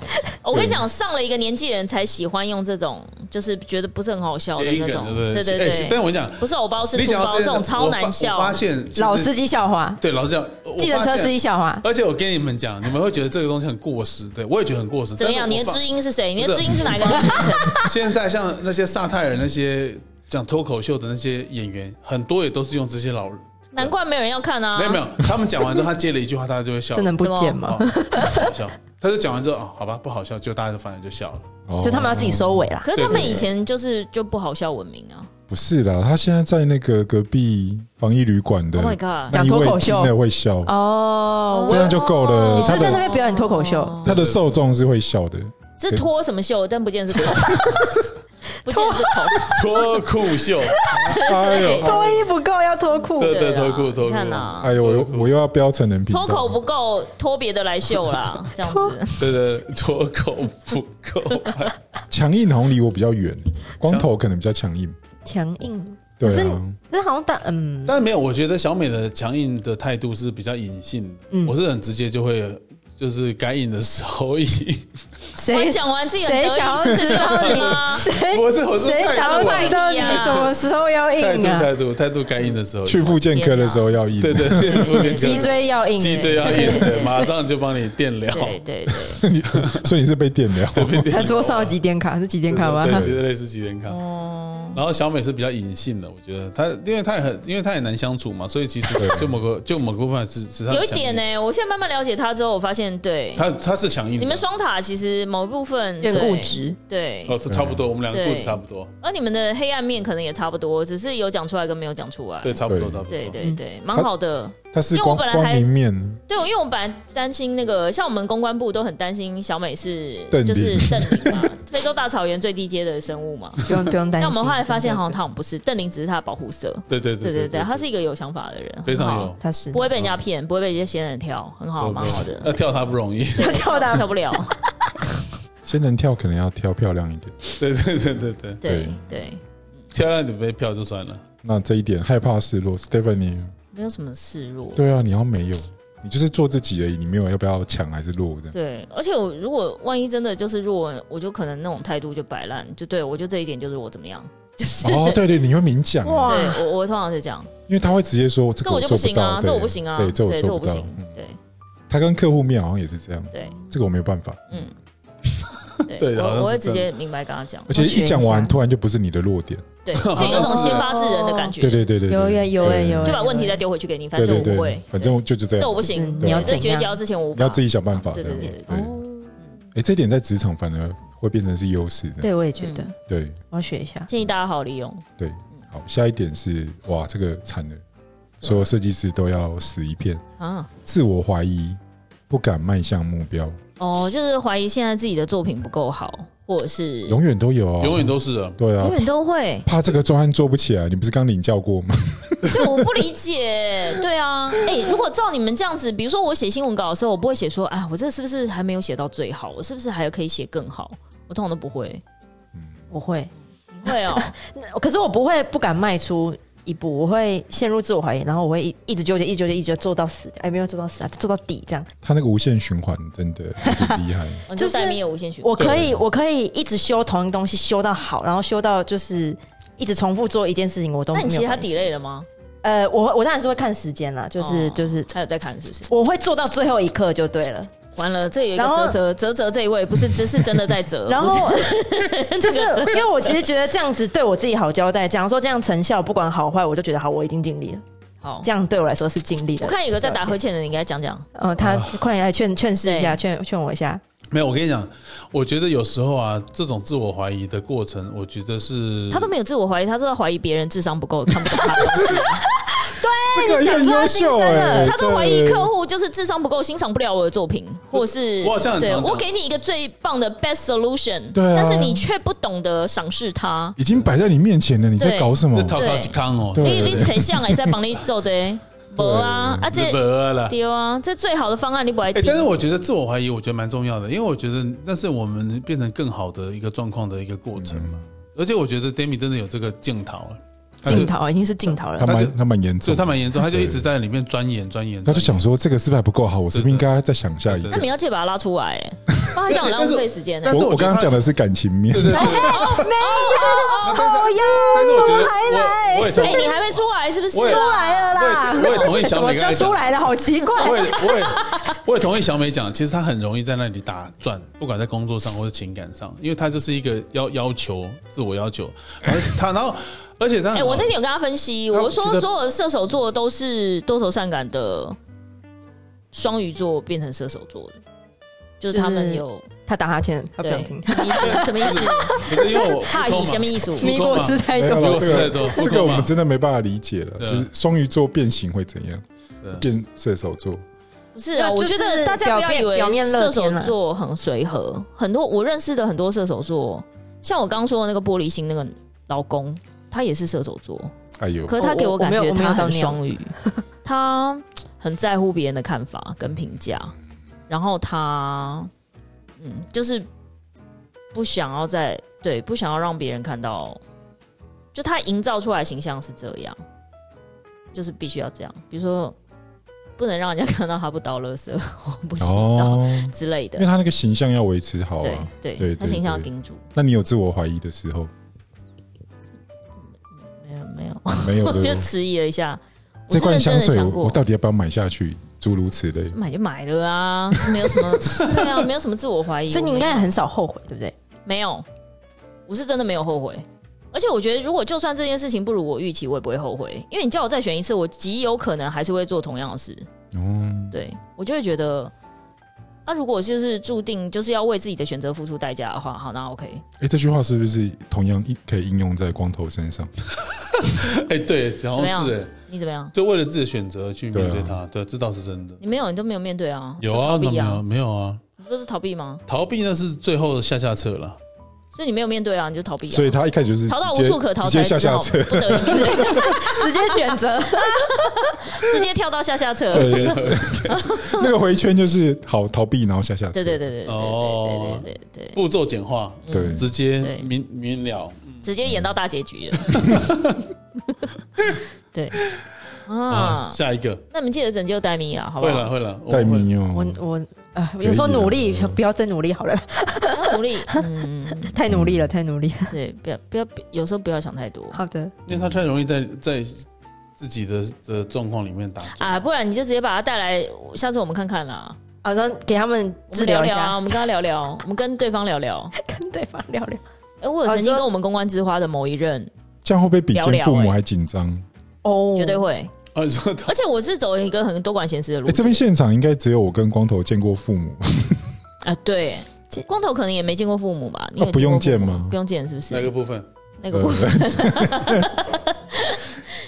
C: 哦我跟你讲，上了一个年纪的人才喜欢用这种，就是觉得不是很好笑的
B: 谐音
C: 那
B: 梗，
C: 种
B: 对不，对？
C: 对对
B: 哎但
C: 对，
B: 我跟你讲，
C: 不是偶包是
B: 你
C: 粗
B: 讲到
C: 包，这
B: 个
C: 种超
B: 我发
C: 难笑
B: 我。发现其实
D: 老司机笑话，
B: 对老师讲，我
D: 计程车
B: 发现
D: 司机笑话，
B: 而且我跟你们讲，你们会觉得这个东西很过时，对我也觉得很过时。
C: 怎么样？
B: 但是
C: 你
B: 我
C: 的
B: 发
C: 知音是谁？你
B: 不
C: 的
B: 是
C: 知音是 哪一个人形成的？
B: 现在像那些萨泰尔那些讲脱口秀的那些演员，很多也都是用这些老人。
C: 难怪没有人要看啊！
B: 没有没有，他们讲完之后，他接了一句话，大家就会笑。
D: 真的不见
B: 哦
D: 吗？
B: 不好笑。他就讲完之后，哦，好吧，不好笑，就大家就反正就笑了。
A: 哦
D: 就他们要自己收尾啦。
C: 可是他
B: 对
C: 们
B: 对对
C: 以前就是就不好笑闻名啊
A: 不是啦，他现在在那个隔壁防疫旅馆的
C: ！Oh my god！
A: 那一
D: 讲
A: 位
D: 脱口秀
A: 听了会笑，
D: 哦，
A: 这
D: 我
A: 样就够了
D: 你是
A: 他
D: 不是
A: 的
D: 在那边表演脱口秀？
A: 他的受众是会笑 的，
C: 是脱什么袖？但不见是口， 不见是口。
B: 脱裤秀，
A: 哎呦。
D: 脱衣不够，要脱裤
B: 对对，
C: 啦
B: 脱裤脱
C: 啊你
B: 裤
C: 看，呐，
A: 哎呦，我又我又要标成人频道
C: 脱嗯口不够，脱别的来秀啦，这样子。
B: 对对，对脱口不够。
A: 强硬好像离我比较 远，光头可能比较强硬。
D: 强硬。可
A: 对
D: 是
A: 啊，
D: 可是好像大嗯，
B: 但是没有，我觉得小美的强硬的态度是比较隐性的，我是很直接就会。就是该硬的时候硬，
D: 谁
C: 我讲完自己很
D: 谁
C: 得意
D: 想要
C: 是
D: 知道
C: 不是
D: 你
C: 吗
D: 谁
B: 不是我是
D: 谁想要
B: 态
D: 知
B: 度
C: 带
B: 啊
D: 道你什么时候要
B: 态度
D: 硬啊？
B: 态度态度该硬的时候硬
A: 去复健科的时候要硬，
B: 对对，对腹肌
D: 脊椎要硬，
B: 脊椎要硬，对，马上就帮你电疗，
C: 对 对对，
A: 所以你是被电 疗。
D: 他桌上有几点卡？是几点卡吗
B: 对？，觉得类似肌电卡。
C: 哦
B: 然后小美是比较隐性的，我觉得她，因为她也很，因为她也难相处嘛，所以其实就某个就某个部分是是她的
C: 有一
B: 强硬
C: 点呢、，我现在慢慢了解他之后，我发现对
B: 她她是强硬的。
C: 你们双塔其实某一部分
D: 有点固
C: 对
D: 执，
C: 对，
B: 哦，是差不多，我们两个
C: 对
B: 故事差不多，
C: 而你们的黑暗面可能也差不多，只是有讲出来跟没有讲出来。
B: 对，差不多，
A: 对
C: 嗯
B: 差不多。
C: 对对对，蛮
A: 他
C: 好的。
A: 它是
C: 因为我
A: 光
C: 本来
A: 光
C: 还
A: 明面，
C: 对，因为我本来担心那个，像我们公关部都很担心小美是
A: 邓林
C: 就是邓林嘛， 非洲大草原最低阶的生物 嘛。
D: 不用不用担心。
C: 但我们后来发现，好像他好像不是，邓林只是他的保护色。
B: 对对对
C: 对对对，他
B: 他
C: 是一个有想法的人，
B: 非常
C: 很好
B: 有，
D: 他是
C: 不会被人家骗，不会被一些仙人跳，很好，蛮好
B: 要
C: 的。
B: 跳他不容易。
C: 对跳大跳不了，
A: 仙人跳可能要跳漂亮一点。
B: 对对对对对，
C: 对对，
B: 跳到你被票就算了。
A: 那这一点害怕失落，Stephanie，
C: 没有什么示弱。
A: 对啊，你要没有，你就是做自己而已，你没有要不要抢还是落 这样。
C: 对，而且我如果万一真的就是弱，我就可能那种态度就摆烂，就对我就这一点就是我怎么样，就是、
A: 哦，对对，你会明讲，
D: 哇
C: 对我我通常是这样，
A: 因为他会直接说这
C: 这
A: 个
C: 我就不
A: 做
C: 行
A: 到
C: 啊，，
A: 对
C: 这我不行啊，
A: 对，这
C: 这
A: 做
C: 我不
A: 到
C: 行。，
A: 嗯
C: 对
A: 他跟客户面好像也是这样，
C: 对，
A: 这个我没有办法，
C: 嗯，
B: 对好像
C: 我我会
B: 是
C: 直接明白跟他 讲，
A: 而且
D: 我学
A: 一
D: 一
A: 讲完
D: 下
A: 突然就不是你的弱点，
C: 对，就有种先发制人的感觉，
A: 对对对对，对
D: 有耶有耶
A: 对
D: 有耶
C: 就把问题再丢回去给你，反
A: 对
C: 正
A: 对
C: 我不
A: 对
C: 会，，
A: 反正就是这
C: 这我
A: 样，
C: 不行，
A: 对
C: 你
A: 你要
C: 在
D: 怎
C: 绝
D: 样
C: 交之前我无
A: 你要
C: 法
A: 自，己想办法，
C: 对
A: 这
C: 对
A: 样
C: 对
A: 对
C: 对，哦对
A: 哎，诶这点在职场反而会变成是优势的，
D: 对我也觉得，
A: 对
D: 我要学一下。
C: 建议大家好好利用，
A: 对，好，下一点是哇，这个惨了，所有设计师都要死一片，
C: 啊，
A: 自我怀疑，不敢迈向目标，
C: 哦，就是怀疑现在自己的作品不够好，或者是
A: 永远都有啊，
B: 永远都是啊，
A: 对啊
C: 永，远都会，
A: 怕这个专案做不起来，你不是刚领教过吗？
C: 对，我不理解。对啊，哎、如果照你们这样子，比如说我写新闻稿的时候，我不会写说，哎，我这是不是还没有写到最好？我是不是还可以写更好？我通常都不会。
D: 我会，
C: 你会 哦，
D: 可是我不会不敢迈出一步，我会陷入自我怀疑，然后我会一一直纠结，一直纠结，一直纠结做到死。哎，没有做到死啊，做到底这样。
A: 他那个无限循环真的有点厉 害，
C: 我就
D: 就
C: 是待命有无限循环。
D: 我可以，我可以一直修同一个东西，修到好，然后修到就是一直重复做一件事情，我都
C: 那
D: 没有
C: 你其他
D: 关系
C: 底类了吗？
D: 呃，我我当然是会看时间啦，就是、
C: 哦
D: 就是，
C: 还有在看是不是？
D: 我会做到最后一刻就对 了。
C: 完了，这有一个
D: 然后
C: 泽泽泽泽这一位不是，只是真的在折，
D: 然后
C: 不是
D: 就是
C: 这个
D: 因
C: 折
D: 为我其实觉得这样子对我自己好交代，讲说这样成效不管好坏，我就觉得好，我已经尽力了。
C: 好
D: 这。样对我来说是尽力
C: 我
D: 了。
C: 看有个在打呵欠的，你给他讲讲。
D: 呃，他
B: 啊
D: 快点来劝劝示一下，
C: 对
D: 劝劝我一下。
B: 没有。我跟你讲，我觉得有时候啊，这种自我怀疑的过程，我觉得是
C: 他都没有自我怀疑，他是在怀疑别人智商不够，看不懂他的东西。
A: 这个也很优秀哎，
C: 他都怀疑
A: 对
C: 客户就是智商不够，欣赏不了我的作品，或是
B: 我好像很
C: 对
B: 常讲
C: 我给你一个最棒的 best solution，
A: 对啊
C: 但是你却不懂得赏识它。
A: 已经摆在你面前了，你在
C: 对
A: 搞什
B: 那
A: 么？
B: 套套康哦，
A: 嗯对
C: 你你丞相也在帮你做的，不啊啊
B: 这
C: 这
B: 得了。
C: 丢啊，这最好的方案你不爱
B: 哎、
C: 听，
B: 但是我觉得自我怀疑，我觉得蛮重要的，因为我觉得那是我们变成更好的一个状况的一个过程嘛。
A: 嗯
B: 而且我觉得 Demi 真的有这个镜头，啊他就
D: 镜头已经是镜
B: 啊
D: 头
A: 他
D: 了，
A: 蛮他蛮严
B: 就
A: 重，
B: 他蛮严重，他就一直在里面钻研钻研。
A: 他就想说这个是不是还不够好？我是不是应该再想下一
B: 对
A: 个
C: 那？你要记得把他拉出来，哎不然这样很浪费时间欸呢
B: 但。是
A: 我
B: 我
A: 我
B: 觉
A: 刚
B: 得
A: 刚
B: 他
A: 讲的是感情面，
C: 哎
D: 哦呀，
B: 但是我觉得我我也同
C: 哎，你还没出来是不是
B: 我也
C: 啊？
D: 来了
B: 我也我也同意小美刚才讲，
D: 来了？好奇怪
B: 我也我也我也同意小美讲，其实她很容易在那里打转，不管在工作上或是情感上，因为她就是一个要要求自我要求，而她然后而且她
C: 哎、
B: 很
C: 我那天有跟他分析，
B: 嗯他
C: 我说
B: 觉得
C: 所有的射手座都是多愁善感的双鱼座变成射手座的，就是他们有
D: 他打哈欠，他不想听。
C: 对什么意 思？
B: 不是因 为我
C: 怕
B: 不
C: 以
B: 通嘛
C: 什么 意思？
D: 米果吃太
A: 没有
D: 多，
A: 了
B: 我
A: 哎这
B: 吃太多
A: 个
B: 我
A: 这
B: 够
A: 个我
B: 嘛
A: 们真的没办法理解了。
B: 对
A: 就
B: 啊
A: 是双鱼座变形会怎样？
B: 对
A: 变射手座？
C: 不是啊，
D: 就
C: 我觉
D: 就是
C: 得大家不
D: 表
C: 要
D: 面
C: 以为
D: 表面乐
C: 射手
D: 天啊
C: 座很随和，很多我认识的很多射手座，像我刚说的那个玻璃心那个老公，他也是射手座，
A: 哎呦，
C: 可是他给我感
D: 我我
C: 觉
D: 没有我没有
C: 他
D: 到
C: 很
D: 那样
C: 双鱼，他很在乎别人的看法跟评价，然后他嗯，就是不想要在对不想要让别人看到，就他营造出来的形象是这样，就是必须要这样，比如说不能让人家看到他不倒垃圾， 我不洗澡、
A: 哦，
C: 之类
A: 因为
C: 的。
A: 他那个形象要维持好
C: 对
A: 啊。
C: 对
A: 对
C: 他形象要
A: 对
C: 盯住，
A: 那你有自我怀疑的时 候
C: 没有嗯没有，
A: 没有
C: 我 就
A: 的？
C: 迟疑了一下。我
A: 这
C: 是
A: 罐
C: 认真
A: 香
C: 的
A: 水
C: 想
A: 我
C: 过
A: 我，到底要不要买下去？诸如此类。
C: 买就买了啊，没有什么，对啊，没有什么自我怀疑，
D: 所以你应
C: 我没
D: 该
C: 有
D: 也很少后悔，对不对？
C: 没有，我是真的没有后悔。而且我觉得，如果就算这件事情不如我预期，我也不会后悔，因为你叫我再选一次，我极有可能还是会做同样的事。
A: 嗯，
C: 对我就会觉得，那、如果就是注定就是要为自己的选择付出代价的话，好，那 OK。
A: 哎，这句话是不是同样一可以应用在光头身上？
B: 哎、对，好像是、哎
C: 你怎么样？
B: 就为了自己的选择去面对啊它，对，这倒是真的。
C: 你没有，你都没有面对啊，
B: 有啊，
C: 就逃
B: 那没
C: 避
B: 有
C: 啊，
B: 没有啊，
C: 你不是逃避吗？
B: 逃避那是最后的下下策了。
C: 所以你没有面对啊，你就逃避啊，
A: 所以他一开始就是
C: 逃到
A: 直
C: 无
A: 接
C: 处可逃
A: 直接
C: 才
A: 下
C: 只
A: 下
C: 好
A: 策。
C: 不得已之类的，
D: 直接选择
C: 直接跳到下下策。对
A: 对， 那个回圈就是好逃避，然后下下策。
C: 对对对对对
B: 哦
C: 对对对对
B: 步骤简化，
A: 对
B: 直接
C: 对
B: 明明了。
C: 对，直接演到大结局 了。对
B: 啊，
C: 啊，
B: 下一个
C: 那你们记得拯救戴米啊，好不
B: 会
C: 好
B: 了？会了，我
A: 戴
B: 们会
A: 迷
D: 我
A: 哦，
D: 我啊，有时候努力
A: 可以啊
D: 不要再努力好了，
C: 要努力，嗯，
D: 太努力了， 太努力了。
C: 对，不要不要，有时候不要想太多
D: 好的，
B: 因为他太容易在在自己的的状况里面打转。
C: 啊，不然你就直接把他带来，下次我们看看啦，
D: 好像啊给他们
C: 我
D: 治
C: 们聊
D: 疗一
C: 聊啊，
D: 下，
C: 我们跟他聊聊，我们跟对方聊聊。
D: 跟对方聊聊。
C: 哎，我有
D: 哦
C: 曾经
D: 你说
C: 跟我们公关之花的某一任，
A: 这样会不会比见父母还紧张？
D: 哦，
C: 绝对会，
B: 啊，你说他
C: 而且我是走一个很多管闲事的路
A: 哎，这
C: 线
A: 边现场应该只有我跟光头见过父母，
C: 啊，对。光头可能也没见过父母吧？你有
A: 哦不用
C: 过父母
A: 见吗
C: 不用见，是不
B: 哪个
C: 是？
B: 部分？
C: 那个部分
A: 呃，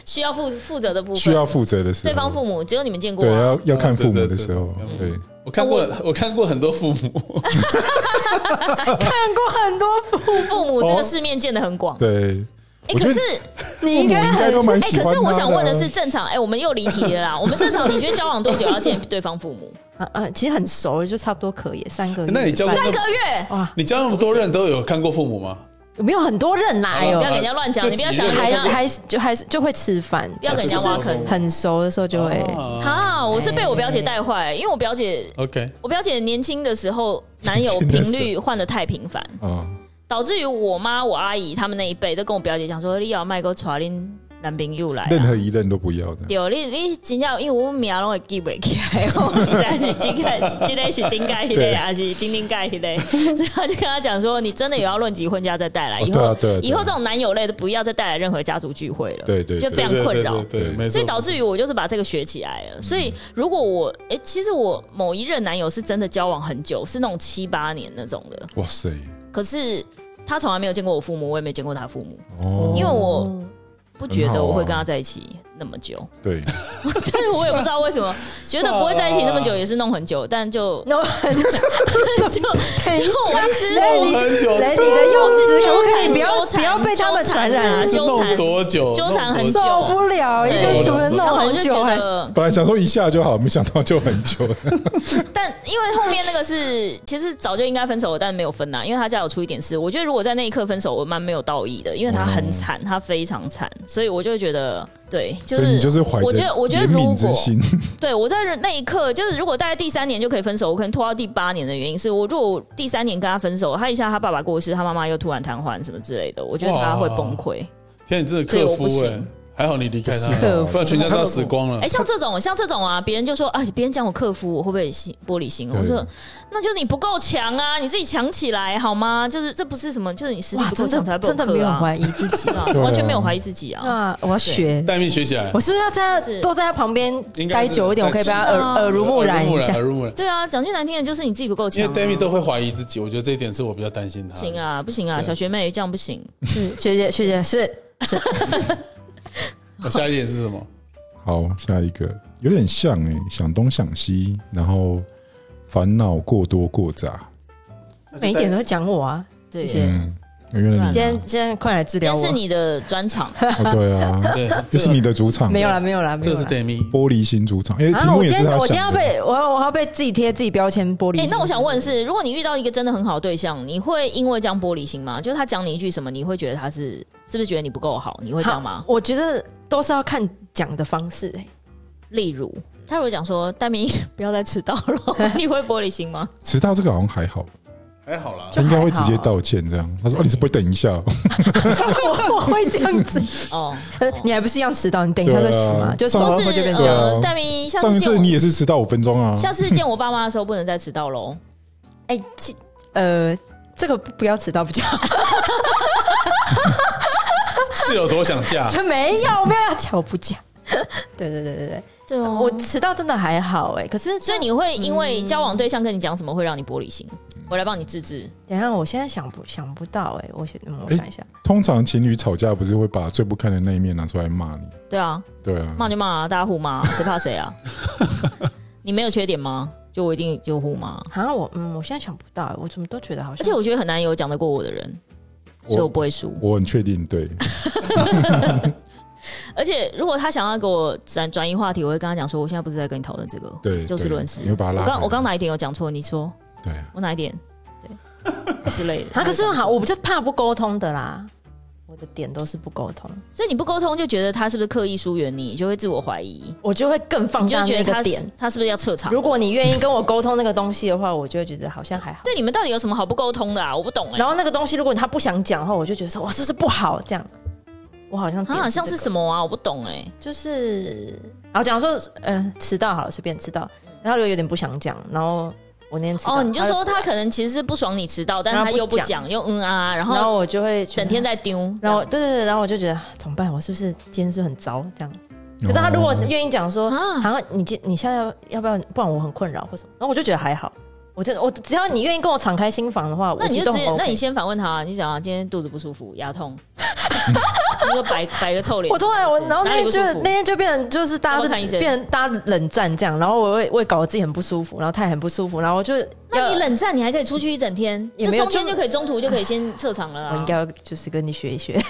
C: 需要负负责的部分，
A: 需要负责的时候，
C: 对方父母只有你们见过
A: 对
C: 啊。
A: 要要看父母的时候
B: 对对，
A: 对，
B: 我看过，我看过很多父母，
D: 看过很多部，
C: 父母这个世面见的很广，
A: 对，我
C: 哎，可
A: 觉
C: 是
A: 得
D: 你
A: 父
D: 应
A: 母
D: 该
A: 应该
D: 很
A: 都蛮
C: 哎，
A: 喜欢
C: 可是我
A: 他
C: 想问的
A: 啊
C: 是，正常哎，我们又离题 了啦。我们正常，你觉得交往多久要见对方父母？
D: 啊啊，其实很熟，就差不多可以三个月。
B: 那你交过
D: 半
C: 三呃个月，
D: 哇，
B: 你交那么多任都有看过父母吗？
D: 有没有很多人
B: 好
D: 啦？
B: 了
D: 哎
C: 不
D: 呦
C: 要，给人家乱讲，
B: 就
C: 你不要
B: 几
C: 想
B: 任
C: 人
D: 还
C: 家
D: 还就还是就会吃饭，
C: 不要给人家挖坑
B: 就是
D: 很熟的时候就会。
B: 啊
C: 啊！我是被我表姐带坏，因为我表姐，
B: ，OK，
C: 我表姐年轻的时候男友
A: 年轻
C: 频
A: 的时候
C: 率换的太频繁，
A: 啊，
C: 导致于我妈、我阿姨他们那一辈都跟我表姐讲说：“你要卖个传恁男朋友来啊。”
A: 任何一任都不要的。
C: 对，你你真正因为我名拢会记袂起来， 我不知道是这个这个是顶盖迄
A: 对
C: 个，还是顶顶盖迄个， 所以他就跟他讲说，你真的有要论及婚嫁再带来，
A: 哦
C: 以
A: 对啊
C: 后
A: 对啊对啊
C: 以后这种男友类的不要再带来任何家族聚会了，
A: 对对
C: 就
A: 对
C: 非常困扰。
B: 对，对对对没错。
C: 所以导致于我就是把这个学起来了。所以如果我哎、其实我某一任男友是真的交往很久，是那种七八年那种的，
A: 哇塞，
C: 可是他从来没有见过我父母，我也没见过他父母，
A: 哦，
C: 因为我不觉
A: 很好
C: 得
A: 啊
C: 我会跟他在一起那么久。
A: 对，
C: 但是我也不知道为什么，觉得不会在一起那么久，也是弄很久，但 就
D: 那我很
C: 就就
D: 等一
C: 我
D: 下
C: 还是
D: 雷，你
B: 很久
D: 雷，你的用词可不可以不要
C: 纠缠
D: 不要被他们传染？
C: 纠缠啊
B: 弄多久？
C: 纠缠很
B: 弄多
C: 久
D: 受不了，一
C: 对
D: 个什么
C: 然
D: 弄
C: 后我
D: 很
C: 就
D: 久哎
C: 觉
D: 还
C: 得，
A: 本来想说一下就好，没想到就很久。
C: 但因为后面那个是其实早就应该分手了，但没有分呐、因为他家有出一点事。我觉得如果在那一刻分手，我蛮没有道义的，因为他
A: 哦
C: 很惨，他非常惨，所以我就会觉得，对，就
A: 所以
C: 是
A: 你就是怀着
C: 我觉得，我觉得
A: 怜
C: 如
A: 悯
C: 果
A: 之心，
C: 对我在那一刻，就是如果大概第三年就可以分手，我可能拖到第八年的原因是我如果第三年跟他分手，他一下他爸爸过世，他妈妈又突然瘫痪什么之类的，我觉得他会崩溃。
B: 天，你真的克夫
C: 所以我不
B: 哎
C: 行！
B: 还好你离开他
A: 克
B: 了，
A: 夫
B: 不然全家都要死光了
C: 哎、。像这种像这种啊，别人就说啊，别人讲我克夫，我会不会心玻璃心？
A: 对
C: 我说，那就是你不够强啊，你自己强起来好吗？就是这不是什么，就是你实力
D: 哎哇，
C: 不够
D: 真
C: 强才会
D: 的
C: 被我
D: 真的没
C: 克
D: 有
C: 啊
D: 怀疑自己
C: 啊
A: 对啊
C: 完全没有怀疑自己啊。
D: 啊！我要学，
B: 待命学起来
D: 我，是不是要在
C: 是
D: 他多在他旁边
B: 应该
D: 待
B: 是
D: 久一点？我可以被他
B: 在
D: 耳
C: 啊
D: 耳濡目染一下
B: 耳。濡目染。
C: 对啊，讲句难听的，就是你自己不够
B: 因
C: 强、
B: 为
C: 啊。
B: Demi 都会怀疑自己，我觉得这一点是我比较担心他。
C: 不行，啊，不行啊，
B: 对
C: 小学妹这样不行。
D: 是学姐，学姐是
B: 那下一点是什么？
A: 好，下一个有点像哎、想东想西，然后烦恼过多过杂。
D: 每一点 都会讲我啊。
C: 对，
D: 谢谢
C: 今
A: 嗯，原来
D: 今
A: 你、
D: 天今天快来治疗
C: 天
D: 我
C: 是。你的专 场，
A: 哦、对啊，
B: 对，
A: 这是你的主场，啊
D: 没有啦，没有啦，没
B: 这
D: 有
B: 是
D: 啦。
B: Demi，
A: 玻璃心主场，因为哎题
D: 啊！
A: 目
D: 我
A: 也
D: 今
A: 是
D: 天
A: 他
D: 我今天要
A: 想的。
D: 被我要我要被自己贴自己标签玻璃
C: 哎、
D: 心。
C: 那我想问是，如果你遇到一个真的很好的对象，你会因为这样玻璃心吗？就是他讲你一句什么，你会觉得他是是不是觉得你不够好？你会这样吗
D: 好？我觉得都是要看讲的方式、欸。
C: 例如，他如果讲说戴明不要再迟到了，你会玻璃心吗？
A: 迟到这个好像还好，
B: 还好啦
A: 他
D: 就嗯
A: 应该会直接道歉这样。他说：“哦，你是不会等一下哦？
D: 我我会这样子，
C: 哦，
D: 呃你还不是一样迟到？你等一下就死
A: 对
D: 嘛，
A: 啊
D: 就死
A: 上
D: 了
C: 就
D: 会就是变这
A: 对
D: 样。
A: 啊
C: 呃，戴明下
A: 上一
C: 次见
A: 次
C: 我
A: 你也是迟到五分钟啊。”
C: 下次见我爸妈的时候不能再迟到喽。
D: 哎、其呃，这个不要迟到比较好。
B: 是有多想 嫁？
D: 这没有没有要讲，我不讲。 对对对对对，
C: 对
D: 我迟到真的还好哎、可是
C: 所以你会因为交往对象跟你讲什么会让你玻璃心？我来帮你治治。
D: 等一下，我现在想不想不到哎、我先嗯我
A: 哎
D: 想一下，
A: 通常情侣吵架不是会把最不堪的那一面拿出来骂你？
C: 对啊，
A: 对啊，
C: 骂就骂啊，大家互骂啊，谁怕谁啊？你没有缺点吗？就我一定就互骂。
D: 好像我嗯，我现在想不到哎、我怎么都觉得好像，
C: 而且我觉得很难有讲得过我的人，所以我
A: 我
C: 不会输。
A: 我很确定，对，
C: 而且如果他想要给我转转移话题，我会跟他讲说，我现在不是在跟你讨论这个，
A: 对
C: 就事
A: 对
C: 论事
A: 你会。把他拉
C: 我刚
A: 回来
C: 我刚哪一点有讲错？你说
A: 对，啊
C: 我哪一点？对之类的。
D: 啊，可是好，我比较怕不沟通的啦，我的点都是不沟通，
C: 所以你不沟通就觉得他是不是刻意疏远你，你就会自我怀疑，
D: 我就会更放
C: 你就
D: 大
C: 觉得
D: 那嗯个
C: 他
D: 点
C: 是。他是不是要撤场？
D: 如果你愿意跟我沟通那个东西的话，我就会觉得好像还好。
C: 对你们到底有什么好不沟通的啊？我不懂哎、
D: 然后那个东西，如果他不想讲的话，我就觉得说，哇，是不是不好？这样，我好像点
C: 啊，像是
D: 这个
C: 什么啊？我不懂哎、
D: 就是，然后假如说，呃，迟到好了，随便迟到，然后又有点不想讲，然后我那天迟到，
C: 哦，你就
D: 他
C: 说他可能其实是不爽你迟到，但是
D: 然
C: 他
D: 后不
C: 又不
D: 讲
C: 讲，又嗯啊，然
D: 然
C: 后
D: 后我就会觉得
C: 整天，在丢，
D: 然后
C: 这
D: 对对对，然后我就觉得啊怎么办？我是不是今天是不是很糟？这样，可是他如果
A: 哦
D: 愿意讲说，
C: 样啊，
D: 然后你今你现在要要不要？不然我很困扰或什么，然后我就觉得还好，我真的我只要你愿意跟我敞开心房的话，
C: 那
D: 我其
C: 你
D: 实
C: 就直
D: 都很
C: 接，那
D: OK
C: 你先反问他，你讲啊，今天肚子不舒服，牙痛， 你就摆 摆个臭脸。
D: 我突然我，然后
C: 哪里
D: 那天
C: 不
D: 就
C: 舒服
D: 那天就变成就是大
C: 要不
D: 家
C: 要看医
D: 就
C: 生
D: 变成大家冷战这样，然后我会我也搞得自己很不舒服，然后他也很不舒服，然后我就
C: 那
D: 要
C: 你冷战，你还可以出去一整天，
D: 也
C: 就
D: 没有
C: 中间
D: 就
C: 就可以中途就可以先撤场了啊。
D: 我应该要就是跟你学一学，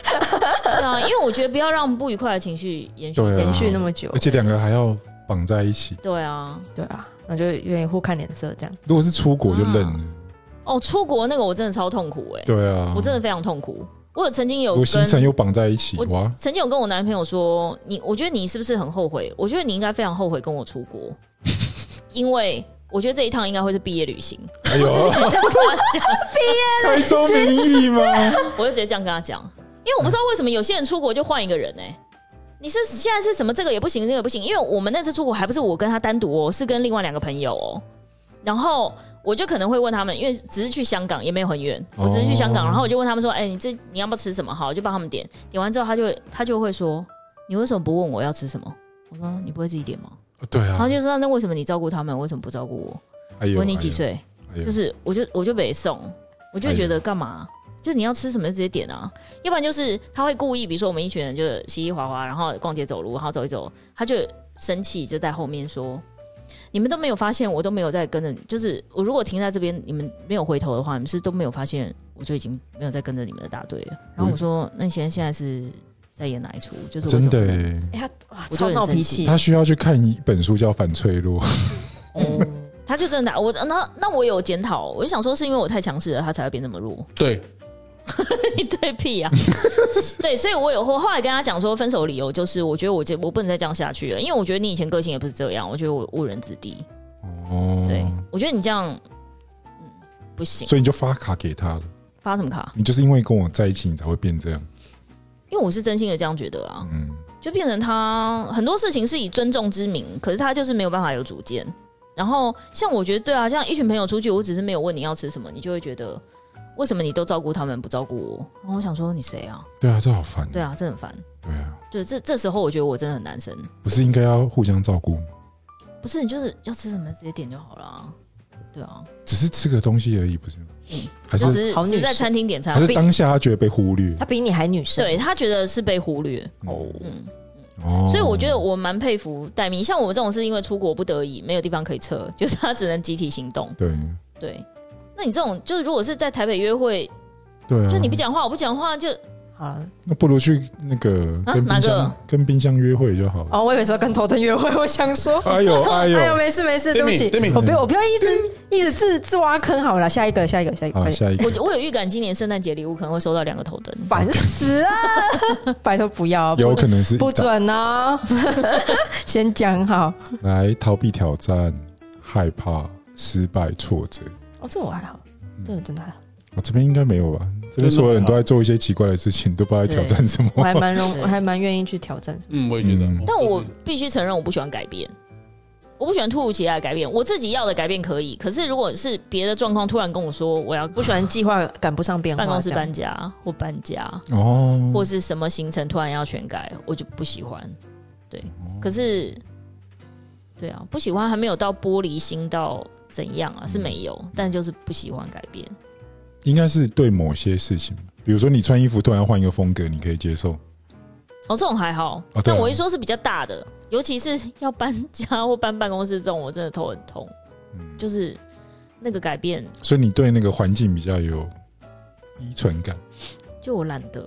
C: 对啊，因为我觉得不要让不愉快的情绪延续。
A: 对啊
D: 延续那么久
A: 而，且两个还要绑在一起，
C: 对啊，
D: 对啊，那就愿意互看脸色这样。
A: 如果是出国就
D: 啊
A: 愣了，
C: 哦，出国那个我真的超痛苦哎、
A: 对啊，
C: 我真的非常痛苦。我有曾经
A: 如
C: 有
A: 果行
C: 跟
A: 程又绑在一起，
C: 我
A: 哇，
C: 曾经有跟我男朋友说，你我觉得你是不是很后悔？我觉得你应该非常后悔跟我出 国，因为我觉得这一趟应该会是毕业旅行。
A: 哎呦，
C: 这样
A: 开宗明义吗？
C: 我就直接这样跟他讲，因为我不知道为什么有些人出国就换一个人哎、你是现在是什么这个也不行，那个也不行，因为我们那次出国还不是我跟他单独哦，是跟另外两个朋友哦。然后我就可能会问他们，因为只是去香港也没有很远，我只是去香港，
A: 哦
C: 然后我就问他们说：“哎、你这你要不要吃什么？”好，我就帮他们点。点完之后，他就会他就会说：“你为什么不问我要吃什么？”我说：“你不会自己点吗？”
A: 对
C: 然后
A: 啊，
C: 就说：“那为什么你照顾他们，为什么不照顾我？”
A: 哎
C: 我
A: 呦，
C: 问你几岁？
A: 哎呦？
C: 就
A: 就是
C: 是我就我就北送，我就觉得干嘛？就是你要吃什么就直接点啊，要不然就是他会故意，比如说我们一群人就嘻嘻哈哈，然后逛街走路，然后走一走，他就生气就在后面说。你们都没有发现，我都没有在跟着，就是我如果停在这边，你们没有回头的话，你们是都没有发现，我就已经没有在跟着你们的大队了。然后我说，那你现在现在是在演哪一出？就是为
A: 真
C: 什么
A: 的
C: 不能
A: 欸，
D: 哎呀，哇，
C: 我就
D: 超
C: 很
D: 闹
C: 生
D: 脾
C: 气
D: 气
A: 他，需要去看一本书叫《反脆弱》，
D: 嗯，
C: 他就真的打我，那那我有检讨，我就想说是因为我太强势了，他才会变那么弱。
B: 对，
C: 你对屁 呀、对，所以我有我后来跟他讲说，分手理由就是我觉得我这我不能再这样下去了，因为我觉得你以前个性也不是这样，我觉得我误人子弟，
A: 哦，
C: 对、我觉得你这样，嗯，不行，
A: 所以你就发卡给他了。
C: 发什么卡？
A: 你就是因为跟我在一起，你才会变这样。
C: 因为我是真心的这样觉得啊，
A: 嗯，
C: 就变成他很多事情是以尊重之名，可是他就是没有办法有主见。然后像我觉得对啊，像一群朋友出去，我只是没有问你要吃什么，你就会觉得为什么你都照顾他们不照顾我？然后我想说你谁啊？
A: 对啊，这好烦。
C: 对，啊，这很烦。
A: 对啊，
C: 就这这时候我觉得我真的很男生。
A: 不是应该要互相照顾吗？
C: 不是，你就是要吃什么直接点就好了。对啊，
A: 只是吃个东西而已，不是吗？还
C: 嗯就是只是
D: 好
C: 只
D: 女
C: 是在
D: 生
C: 餐厅点
A: 还
C: 餐，
A: 是当下他觉得被忽略
D: 他比你还女生，
C: 对他觉得是被忽略。
A: 哦
C: 嗯，
A: 哦，
C: 所以我觉得我蛮佩服戴明，像我这种是因为出国不得已，没有地方可以撤，就是他只能集体行动。
A: 对
C: 对，那你这种就是如果是在台北约会，
A: 对啊，
C: 就你不讲话，我不讲话，就
D: 好了
A: 那不如去那个
C: 啊
A: 跟
C: 哪
A: 冰箱
C: 个
A: 跟冰箱约会就好了。
D: 哦，我以为说跟头灯约会，我想说，
A: 哎 呦哎
D: 哎呦，
A: 呦，
D: 没事没事，对不
B: Demi，
D: 起
B: Demi，
D: 我不要我不要一直一直自自挖坑好了，下一个下一个下一个，
A: 好
D: 快点
A: 下一个
C: 我我有预感今年圣诞节礼物可能会收到两个头灯。
D: 烦死啊！ 拜托不要，
A: 有
D: 不
A: 可能是一
D: 不
A: 打
D: 准哦， 先讲好。
A: 来逃避挑战、害怕、失败、挫折。
D: 哦，这我还好，这我真的还好，
A: 我这边应该没有吧？这边所有人都在做一些奇怪的事情，都不知道在挑战什么
D: 我。还蛮容，
C: 是
D: 我还蛮愿意去挑战。
B: 嗯，我也觉得
A: 嗯。
B: 哦
C: 但我
B: 都是
C: 必须承认，我不喜欢改变，我不喜欢突如其来的改变。我自己要的改变可以，可是如果是别的状况突然跟我说我要
D: 不喜欢计划赶不上变化，
C: 办公室
D: 这样
C: 搬家或搬家，
A: 哦，
C: 或是什么行程突然要全改，我就不喜欢。对，可是，对啊，不喜欢还没有到玻璃心到怎样啊，是没有，但就是不喜欢改变。
A: 应该是对某些事情，比如说你穿衣服突然换一个风格，你可以接受。
C: 哦，这种还好，
A: 对啊
C: 但我一说是比较大的，尤其是要搬家或搬办公室这种，我真的头很痛，
A: 嗯，
C: 就是那个改变，
A: 所以你对那个环境比较有依存感。
C: 就我懒得。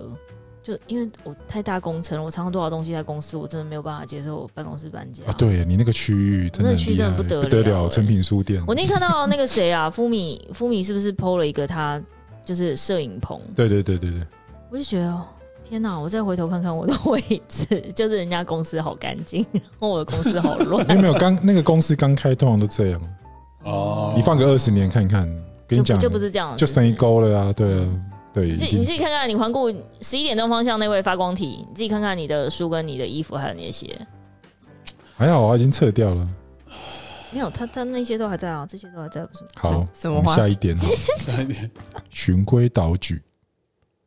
C: 就因为我太大工程了，我常常多少东西在公司，我真的没有办法接受我办公室搬家。
A: 啊，，对你那个区域真的很
C: 那个区域
A: 厉
C: 真
A: 害
C: 的不得了
A: 了，
C: 欸
A: 成品书店，
C: 我那天看到那个谁啊，夫米夫米是不是 PO 了一个他就是摄影棚？
A: 对对对对对，
C: 我就觉得，哦天哪！我再回头看看我的位置，就是人家公司好干净，然后我的公司好乱。
A: 因为没有刚那个公司刚开，通常都这样，
B: 哦
A: 你放个二十年看看， 跟
C: 就
A: 你
C: 不
A: 讲
C: 就不是这样，
A: 就生一
C: 沟。
A: 沟了啊，对啊，对，
C: 你
A: 一
C: 自己你
A: 定
C: 自己看看，你环顾十一点钟方向那位发光体，你自己看看你的书跟你的衣服还有你的鞋，
A: 还好啊，已经撤掉了。
C: 没有他他那些都还在啊，这些都还在，不是吗？
A: 好，
D: 什么
A: 我们
D: 话
A: 下一 点，
B: 下一点
A: 循规蹈矩，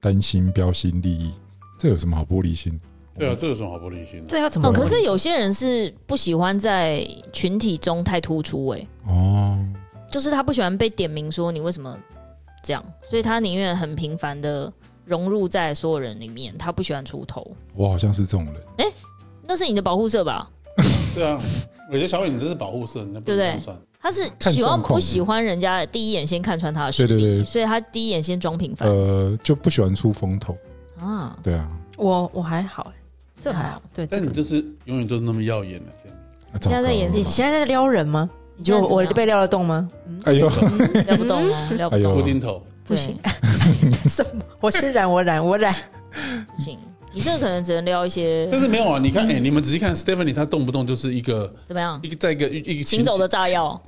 A: 担心标新立异，这有什么好玻璃心？
B: 对啊，这有什么好不理性的？
D: 这要怎么
C: 哦，
D: 办？
C: 可是有些人是不喜欢在群体中太突出、欸，
A: 哦，
C: 就是他不喜欢被点名说你为什么这样，所以他宁愿很平凡的融入在所有人里面，他不喜欢出头。
A: 我好像是这种人，
C: 那是你的保护色吧？
B: 对啊，我觉得小伟你真是保护色，你那不能这样算。
C: 他是
A: 看
C: 喜欢
A: 状况
C: 不喜欢人家第一眼先看穿他的实力，
A: 对对对
C: 所以他第一眼先装平凡、
A: 呃，就不喜欢出风头，
C: 啊。
A: 对啊，
D: 我我还好、欸，这还
C: 还好
D: 好。对，
B: 但
D: 这
B: 你
D: 个
B: 就是永远都是那么耀眼的，对
A: 啊糟糕
C: 现在在演
D: 你
C: 戏
D: 现在在撩人吗？
C: 你
D: 就我嗯
C: 现在
D: 被撩得动吗？
A: 哎呦，
C: 怎么样撩不动哦，撩不
A: 哎呦
C: 动，
B: 布丁头，
D: 不
C: 对
D: 行， 什么？我去染，我染，我染。
C: 不行。你这个可能只能撩一些
B: 但是没有啊！你看，哎，你们仔细看 Stephanie，她动不动就是一个
C: 怎 么样
B: 一个在一个一个群体
C: 行走的，炸药，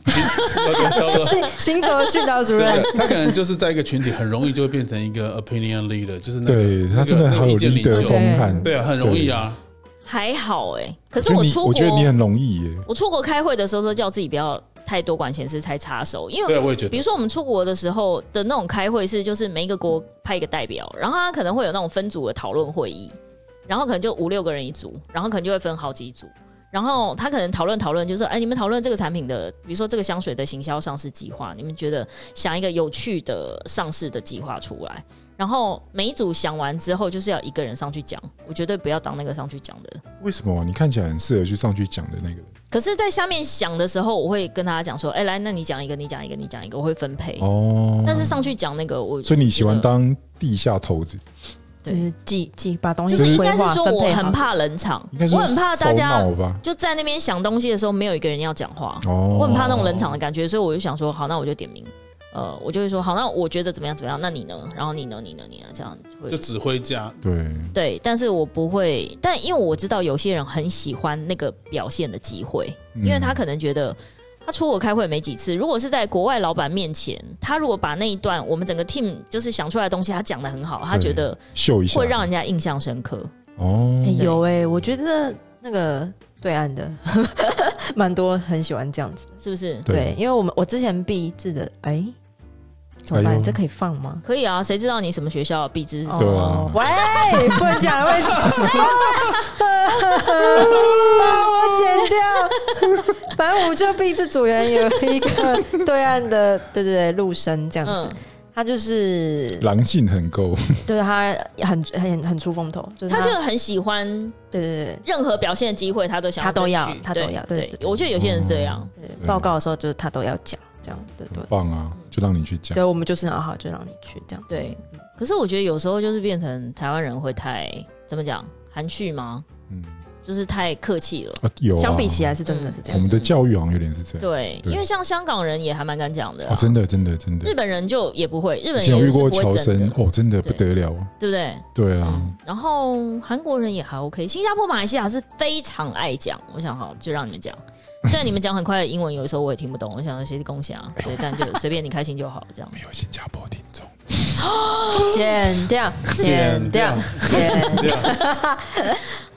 D: 行行走的训导主 任
B: 对，，他可能就是在一个群体，很容易就会变成一个 opinion leader，就是那个
A: 对
B: 那
A: 他
B: 个
A: 真的
B: 那
A: 好
B: 个
A: 有
B: 意见
A: leader
B: 领袖，
A: 风范，
B: 对啊，很容易啊。
C: 还好哎、可
A: 我
C: 是
A: 觉得你
C: 出国，
A: 我觉得你很容易耶，
C: 我出国开会的时候都叫自己不要太多管闲事，才插手，因为
B: 对啊，我也觉
C: 比
B: 得
C: 如。说我们出国的时候的那种开会是，就是每一个国派一个代表，然后他可能会有那种分组的讨论会议，然后可能就五六个人一组，然后可能就会分好几组，然后他可能讨论讨论，就是说哎，你们讨论这个产品的，比如说这个香水的行销上市计划，你们觉得想一个有趣的上市的计划出来。然后每一组想完之后，就是要一个人上去讲，我绝对不要当那个上去讲的。
A: 为什么啊你看起来很适合去上去讲的那个人？
C: 可是，在下面想的时候，我会跟大家讲说：“哎，来，那你讲一个，你讲一个，你讲一个，我会分配。
A: 哦，
C: 但是上去讲那个，我
A: 所以你喜欢
C: 觉得
A: 当地下头子，
D: 就是记记把东
C: 就
D: 西
C: 是应
D: 规
C: 该是
D: 划
C: 说
D: 分
C: 我
D: 配
C: 很
D: 好。哎
C: 怕冷场
A: 应该，说
C: 我很怕大家
A: 首脑吧？
C: 就在那边想东西的时候，没有一个人要讲话，
A: 哦，
C: 我很怕那种冷场的感觉，所以我就想说，好，那我就点名，呃，我就会说，好，那我觉得怎么样怎么样，那你呢？然后你呢？你呢？你呢？这样会
B: 就指挥家，
A: 对，
C: 对，但是我不会，但因为我知道有些人很喜欢那个表现的机会，
A: 嗯
C: 因为他可能觉得。他出国开会没几次，如果是在国外老板面前，他如果把那一段我们整个 team 就是想出来的东西，他讲的很好，他
A: 对
C: 觉得
A: 嗯秀一下，
C: 会让人家印象深刻。
A: 哦
D: 哎，有哎、我觉得那个对岸的 蛮多很喜欢这样子的。
C: 是不是？
D: 对，，因为我们我之前毕制的，哎、怎么
A: 哎
D: 办？
A: 呦
D: 这可以放吗？
C: 可以啊，谁知道你什么学校毕制是什么？
A: 对啊
D: 哦喂， 不能讲，为什么？我剪掉。反正我们就毕制组员有一个对岸的，对对对，陆生这样子，
C: 嗯，
D: 他就是
A: 狼性很够，
D: 对他很很很出风头，就
C: 嗯
D: 是
C: 他
D: 他
C: 就很喜欢
D: 对对对
C: 任何表现的机会，他都想
D: 他都要
C: 争取
D: 他都要对
C: 对
D: 对嗯
C: 我觉得有些人是这样，
D: 对
A: 对
D: 对，报告的时候就是他都要讲，这样对
B: 嗯
D: 对
A: 很棒啊，就让你去讲
D: 对，，我们就是好好就让你去这样子，
C: 对。可是我觉得有时候就是变成台湾人会太怎么讲含蓄吗？
A: 嗯
C: 就是太客气了。
A: 啊，有啊
D: 相比起来是真的是这
A: 我
D: 样
B: 嗯
A: 们，的教育好像有点是这样，
C: 对，
A: 对
C: 因为像香港人也还蛮敢讲的啊、
A: 哦，真的，真的，真的
C: 日，本人就也不会，日
A: 以
C: 本
A: 前
C: 人
A: 有
C: 也
A: 遇
C: 是
A: 过
C: 不会
A: 乔
C: 真
A: 生，
C: 的，
A: 哦，真的
C: 对
A: 不得了啊，
C: 对不对？
A: 对啊，
C: 嗯，然后韩国人也还 OK，新加坡、马来西亚是非常爱讲。我想好，就让你们讲。虽然你们讲很快的英文，有的时候我也听不懂，我想谁是共享，啊对，但就随便你开心就好，这样。
A: 没有新加坡听众，
D: 剪掉，剪掉，剪
B: 对啊。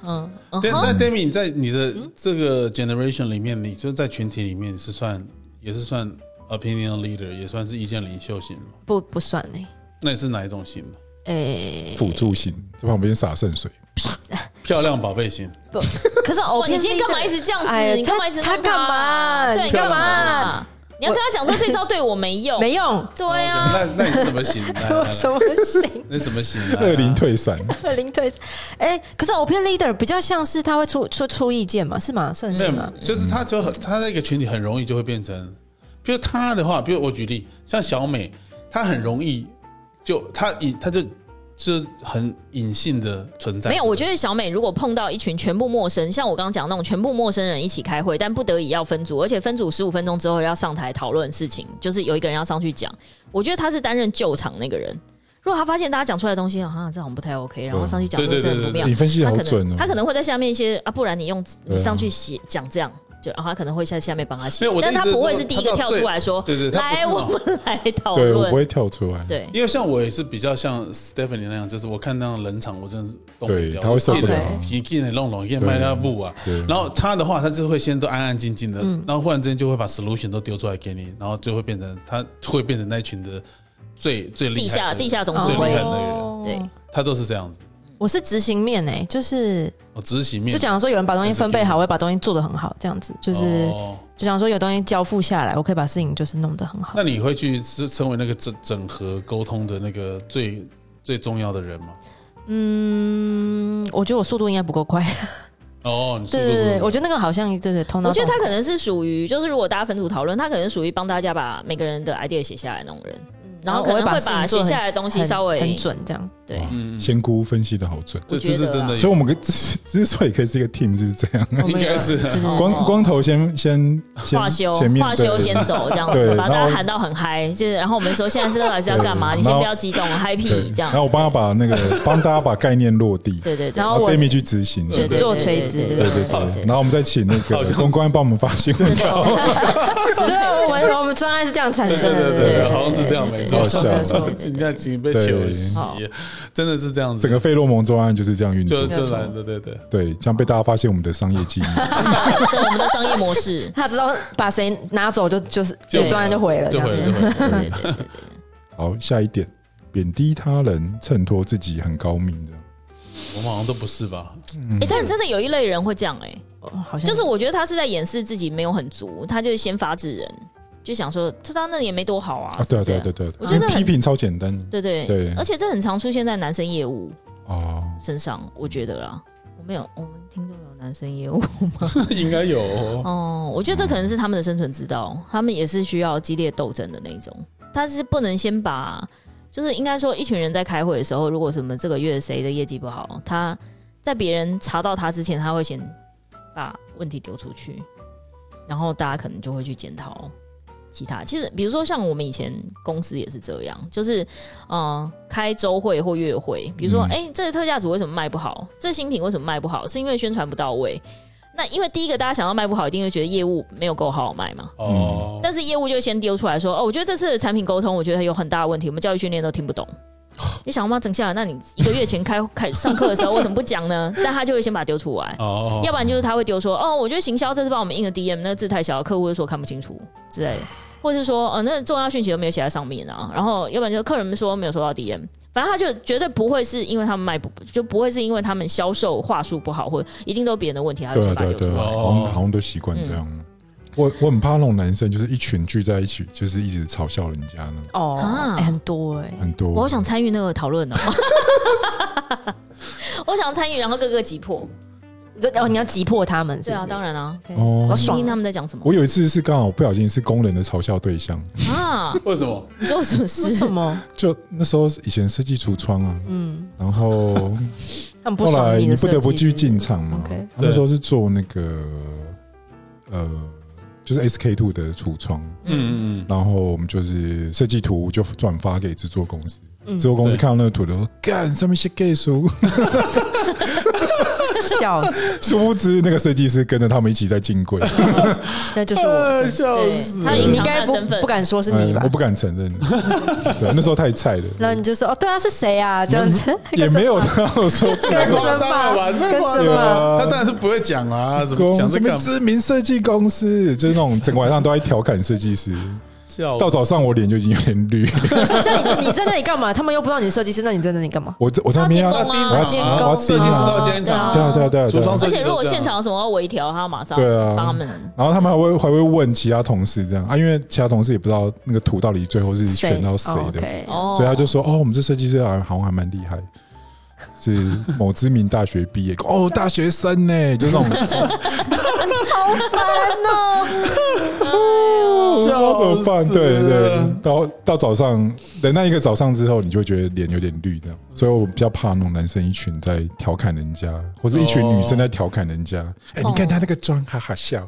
C: 嗯，嗯
B: 但
C: 哼
B: 但 Demi，你在你的
C: 嗯
B: 这个 generation 里面，你就在群体里面是算也是算 opinion leader，也算是意见领袖型嘛？
D: 不不算哎，
B: 那你是哪一种型的？
C: 哎
D: 诶，
A: 辅助型在旁边洒圣水，
B: 漂亮宝贝 型，
D: 可是
C: 哇，
D: 我
C: 你今天干嘛一直这样子？
D: 哎
C: 你干嘛一直弄
D: 他他干嘛
C: 对，你干嘛？你要跟他讲说这招对我没用，
D: 没用，
C: 对啊，
B: 那那你怎么行？来 来
D: 我
B: 来
D: 什么行？
B: 那怎么行？
C: 哎
B: 来
A: 二零，退散，
D: 二零退，哎、可是 open leader 比较像是他会出出出意见嘛，是吗？算
B: 来
D: 是
B: 来
D: 吗
B: 没？有，就是他就很他在一个群体很容易就会变成，比如他的话，比如我举例，像小美，她很容易就她隐，她就就很隐性的存在。
C: 没有，我觉得小美如果碰到一群全部陌生，像我刚刚讲那种全部陌生人一起开会，但不得已要分组，而且分组十五分钟之后要上台讨论事情，就是有一个人要上去讲。我觉得他是担任救场那个人。如果他发现大家讲出来的东西，啊，这好像不太 OK，然后上去讲
B: 嗯
C: 说
B: 对对
C: 这很不
B: 对对
C: 妙
A: 你，分析
C: 他
A: 好
C: 可
A: 准
C: 能
A: 哦。
C: 他可能会在下面一些啊，不然你用
A: 对啊
C: 你上去写讲这样。就然后他可能会在下面帮他写
B: 没有我，的
C: 但他
B: 意思是
C: 不会
B: 说
C: 是第一个
B: 他到
C: 跳
B: 最
C: 出来说，
B: 对对他不是
C: 来
B: 那
C: 我
B: 种
C: 们来讨
A: 对我不
C: 论，
A: 会跳出来，
C: 对，
B: 因为像我也是比较像 Stephanie 那样，就是我看那样冷场，我真的是动
A: 对
B: 掉，
A: 他会受不
D: 了
B: 急进来弄弄，一迈那步啊
A: 对。
B: 然后他的话，他就会先都安安静静的，
C: 嗯
B: 然后忽然之间就会把 solution 都丢出来给你，然后就会变成他会变成那一群的最最厉
C: 地
B: 害
C: 下
B: 的人
C: 地下总
B: 哦
C: 指
B: 最厉
C: 挥
B: 害，的人
C: 对，
B: 他都是这样子。
D: 我是执行面哎、就是
B: 哦，执行面
D: 就假如说有人把东西分配好，我会把东西做得很好，这样子就是、
B: 哦
D: 就想说有东西交付下来，我可以把事情就是弄得很好
B: 那。你会去成成为那个整整合沟通的那个最最重要的人吗？
D: 嗯，我觉得我速度应该不够快，
B: 哦，你速
D: 对
B: 度
D: 对
B: 不
D: 对，
B: 够
D: 我觉得那个好像对对头脑。
C: 我觉得他可能是属于，就是如果大家分组讨论，他可能属于帮大家把每个人的 idea 写下来那种人，然后可能
D: 我
C: 会
D: 事
C: 把
D: 情做
C: 写
D: 得很
C: 下来的东西稍微
D: 很很准这样。
C: 对。
B: 嗯，
A: 仙姑分析的好准，
B: 这
C: 我
B: 这
C: 觉
B: 是
C: 得
B: 真的
C: 啦
B: 有，
A: 所以我们跟 之所以可以是一个 team 就是这样。
C: 哦
D: 我
B: 应
D: 们
B: 该是
D: 对对对
A: 光光头先先先
C: 化修
A: 前，面
C: 化修
A: 对
C: 先走这样
A: 对
C: 子，把
A: 然
C: 大家
A: 后
C: 喊到很嗨，就是然后我们说现在是到底是要干嘛？
A: 对
C: 你先不
A: 然
C: 要激动，happy
A: 对，
C: 这
A: 然后
C: 样。
A: 我帮他把那 个帮大家把概念落地，
C: 对对对，
D: 然
A: 然
D: 后
A: 后
D: 我
A: d a m i 去执行，
C: 对对
A: 对
D: 做垂直
C: 对
A: 对对
B: 好
A: 对，然后我们再请那
B: 好
A: 个
B: 像是
A: 公关帮我们发新闻
C: 对，
D: 对，我们我们专案是这样产生的，
B: 对对对，好像是这样，没错
A: 好，笑
B: 没错
A: 对
B: 人家已经被球洗
D: 好，。
B: 真的是这样子，
A: 整个费洛蒙专案就是这样运
B: 就
A: 作，
B: 就来，对对对，
A: 对，这样被大家发现我们的商业 机密。
C: 这我们的商业模式
D: 他知道把谁拿走就就是
B: 就
D: 有专案就毁了，这
B: 就
D: 样
B: 毁
D: 子
B: 了，
C: 嗯
B: 就毁了。
C: 对对对对
A: 好，下一点，贬低他人，衬托自己很高明的，
B: 我们好像都不是吧？
C: 哎，但真的有一类人会这样哎，
D: 哦好像
C: 就是我觉得他是在掩饰自己没有很足，他就是先发制人，就想说他他那也没多好啊
A: 啊，。对啊，
C: 是不
A: 对
C: 是
A: 啊，对啊对啊，
C: 我觉
A: 因
C: 得
A: 为批评超简单
C: 对对
A: 对
C: 而且这很常出现在男生业务
A: 哦，
C: 身上，我觉得啦。我没有，我们听众有男生业务
B: 应该有哦，
C: 哦，我觉得这可能是他们的生存之道，他们也是需要激烈斗争的那一种，但是不能先把，就是应该说一群人在开会的时候，如果什么这个月谁的业绩不好，他在别人查到他之前，他会先把问题丢出去，然后大家可能就会去检讨其他。其实，比如说像我们以前公司也是这样，就是嗯、呃开周会或月会，比如说
A: 嗯
C: 哎、诶这个特价组为什么卖不好？这新品为什么卖不好？是因为宣传不到位。那因为第一个大家想到卖不好，一定会觉得业务没有够好好卖嘛。
B: 哦，
C: 但是业务就先丢出来说，哦，我觉得这次的产品沟通，我觉得有很大的问题，我们教育训练都听不懂。 你想嘛，整下来，那你一个月前开开上课的时候，为什么不讲呢？ 但他就会先把它丢出来，
B: 哦，
C: 要不然就是他会丢说，哦，我觉得行销这次帮我们印的 DM 那个字太小，客户就说看不清楚之类的，或是说，呃，那重要讯息都没有写在上面啊。然后，要不然就客人们说没有收到 DM，反正他就绝对不会是因为他们卖不，就不会是因为他们销售话术不好，或一定都别人的问题，他就
A: 对
C: 先
A: 啊，
C: 把
A: 对
C: 它
A: 啊，
C: 丢出
A: 对啊，
C: 来。
A: 好像好像都习惯这
D: 嗯
A: 样。我我很怕那种男生，就是一群聚在一起，就是一直嘲笑人家呢，
D: 哦
C: 啊，
D: 哎很多哎，
A: 很多。
C: 我好想参与那个讨 论哦，我想参与，然后各个击破。
D: 就哦你要击破他们，
C: 对啊，当然啊，
D: 然
A: 哦
C: 我要
D: 我
C: 听
D: 爽
C: 听他们在讲什么
A: 我有一次是刚好不小心是工人的嘲笑对象，
C: 啊？
B: 为什么？
C: 你做什么
D: 是
C: 事
D: 什？么？
A: 就那时候以前设计橱窗啊，
D: 嗯，
A: 然 后
D: 他们不
A: 后来
D: 爽
A: 你
D: 的
A: 不
D: 设计，嗯
A: 得不去进场嘛
D: OK。
A: 那时候是做那个呃，就是 SK two 的橱窗，
B: 嗯嗯
A: 然后我们就是设计图就转发给制作公司，
D: 嗯
A: 制作公司
B: 对
A: 看到那个图就说：“干，上面写 gay 书。”
D: 笑死，
A: 殊不知，那个设计师跟着他们一起在进柜，
D: 那就 是我
B: 嗯，。笑
C: 对
B: 死，，
C: 他
D: 你
C: 隐
D: 应
C: 藏他
D: 该
C: 的
D: 不
C: 身份
D: 不，敢说是你
A: 哎
D: 吧
A: 我？不敢承认，对，那时候太菜了，
D: 然后你就说哦，对啊，是谁啊？这 样子
A: 也没有他说
B: 太夸张了吧？
D: 跟着吧
B: 太夸
A: 跟
B: 张
A: 着吧
B: 了，他当然是不会讲 啦，怎么
A: 公
B: 讲这
A: 什
B: 干
A: 么
B: 嘛？
A: 知名设计公司，就是那种整个晚上都在调侃设计师，
B: 笑
A: 到早上我脸就已经有点绿。
D: 那你你在那里干嘛？他们又不知道你是设计师，那你在那里干嘛？
A: 我在我在那边要，
C: 他要监
A: 我
C: 工啊
A: 要我
C: 他监
A: 要
B: 设计师都要监
C: 啊
B: 场，
A: 对啊对啊对啊
B: 橱
A: 对啊
B: 窗。
C: 而
B: 设计
C: 且
B: 都
C: 如果
B: 这样
C: 现场有什么微调，他马上
A: 对啊
C: 帮他们。
A: 然后他们还会还会问其他同事这样啊，因为其他同事也不知道那个图到底最后是选到谁
D: 哦
A: 的，
D: ？OK，
C: 哦，
A: 所以他就说：“哦，我们这设计师好像好像还蛮厉害，是某知名大学 毕业哦，大学生呢，就那种
B: 笑
A: 哦怎么办？
B: 死
A: 对对
B: 了，
A: 到到早上等那一个早上之后，你就会觉得脸有点绿这样，所以我比较怕那种男生一群在调侃人家，或者一群女生在调侃人
C: 哦
A: 家。哎，你看他那个妆，哈哈笑，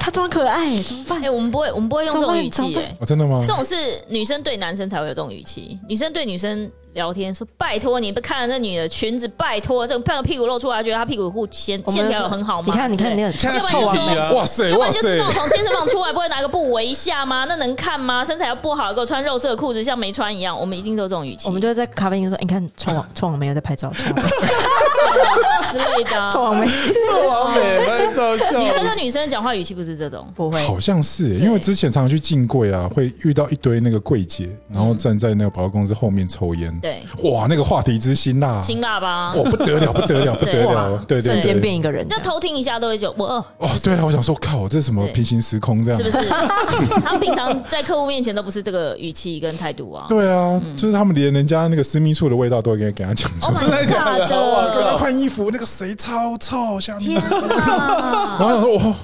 D: 他装可爱怎么办
C: 哎，？我们不会，我们不会用这种语气
D: 怎么办怎么办
C: 哎。
A: 哦，真的吗
C: 这？种是女生对男生才会有这种语气，女生对女生聊天说：“拜托你，不看了那女的裙子，拜托这个漂亮屁股露出来，觉得她屁股护线
D: 我们
C: 线条有很好吗？”
D: 你看，你看，
C: 之类
D: 你
C: 的
D: 很
B: 现在
C: 要不然
B: 体
C: 就是
B: 啊，
A: 哇塞
C: 要不
A: 哇
C: 然就是
A: 塞
C: 那！种从健身房出来，不会拿个布围一下吗？那能看吗？身材要不好，给我穿肉色的裤子，像没穿一样。我们一定都这种语气，
D: 我们就会在咖啡厅说：“哎你看，臭王 臭王没有在 拍照，臭王。
C: 之类的、啊
D: 臭 王没
B: 这完美，拍照笑死。
C: 女生跟女生讲话语气不是这种，
D: 不会。
A: 好像是耶，因为之前常常去进柜啊，会遇到一堆那个柜姐，然
C: 嗯
A: 后站在那个百货公司后面抽烟。
C: 对，
A: 哇，那个话题之辛辣，
C: 辛辣吧？
A: 哇，不得了，不得了，不得了
D: 哇！
A: 对对
D: 瞬间
A: 对，
D: 变一个人，
C: 要 偷听一下都会觉得我饿，
A: 哦，对啊，我想说，靠，这是什么
C: 对
A: 平行时空这样
C: 是？不 是？他们平常在客户面前都不是这个语气跟态度啊。
A: 对啊，就是他们连人家那个私密处的味道都会给给他讲出
C: Oh
A: 来。
B: 真的
C: my
B: 假的
C: god！
B: 我靠
A: 换衣服，那个谁超臭，像你。
C: 天啊哪！
A: 然后我想说，哦，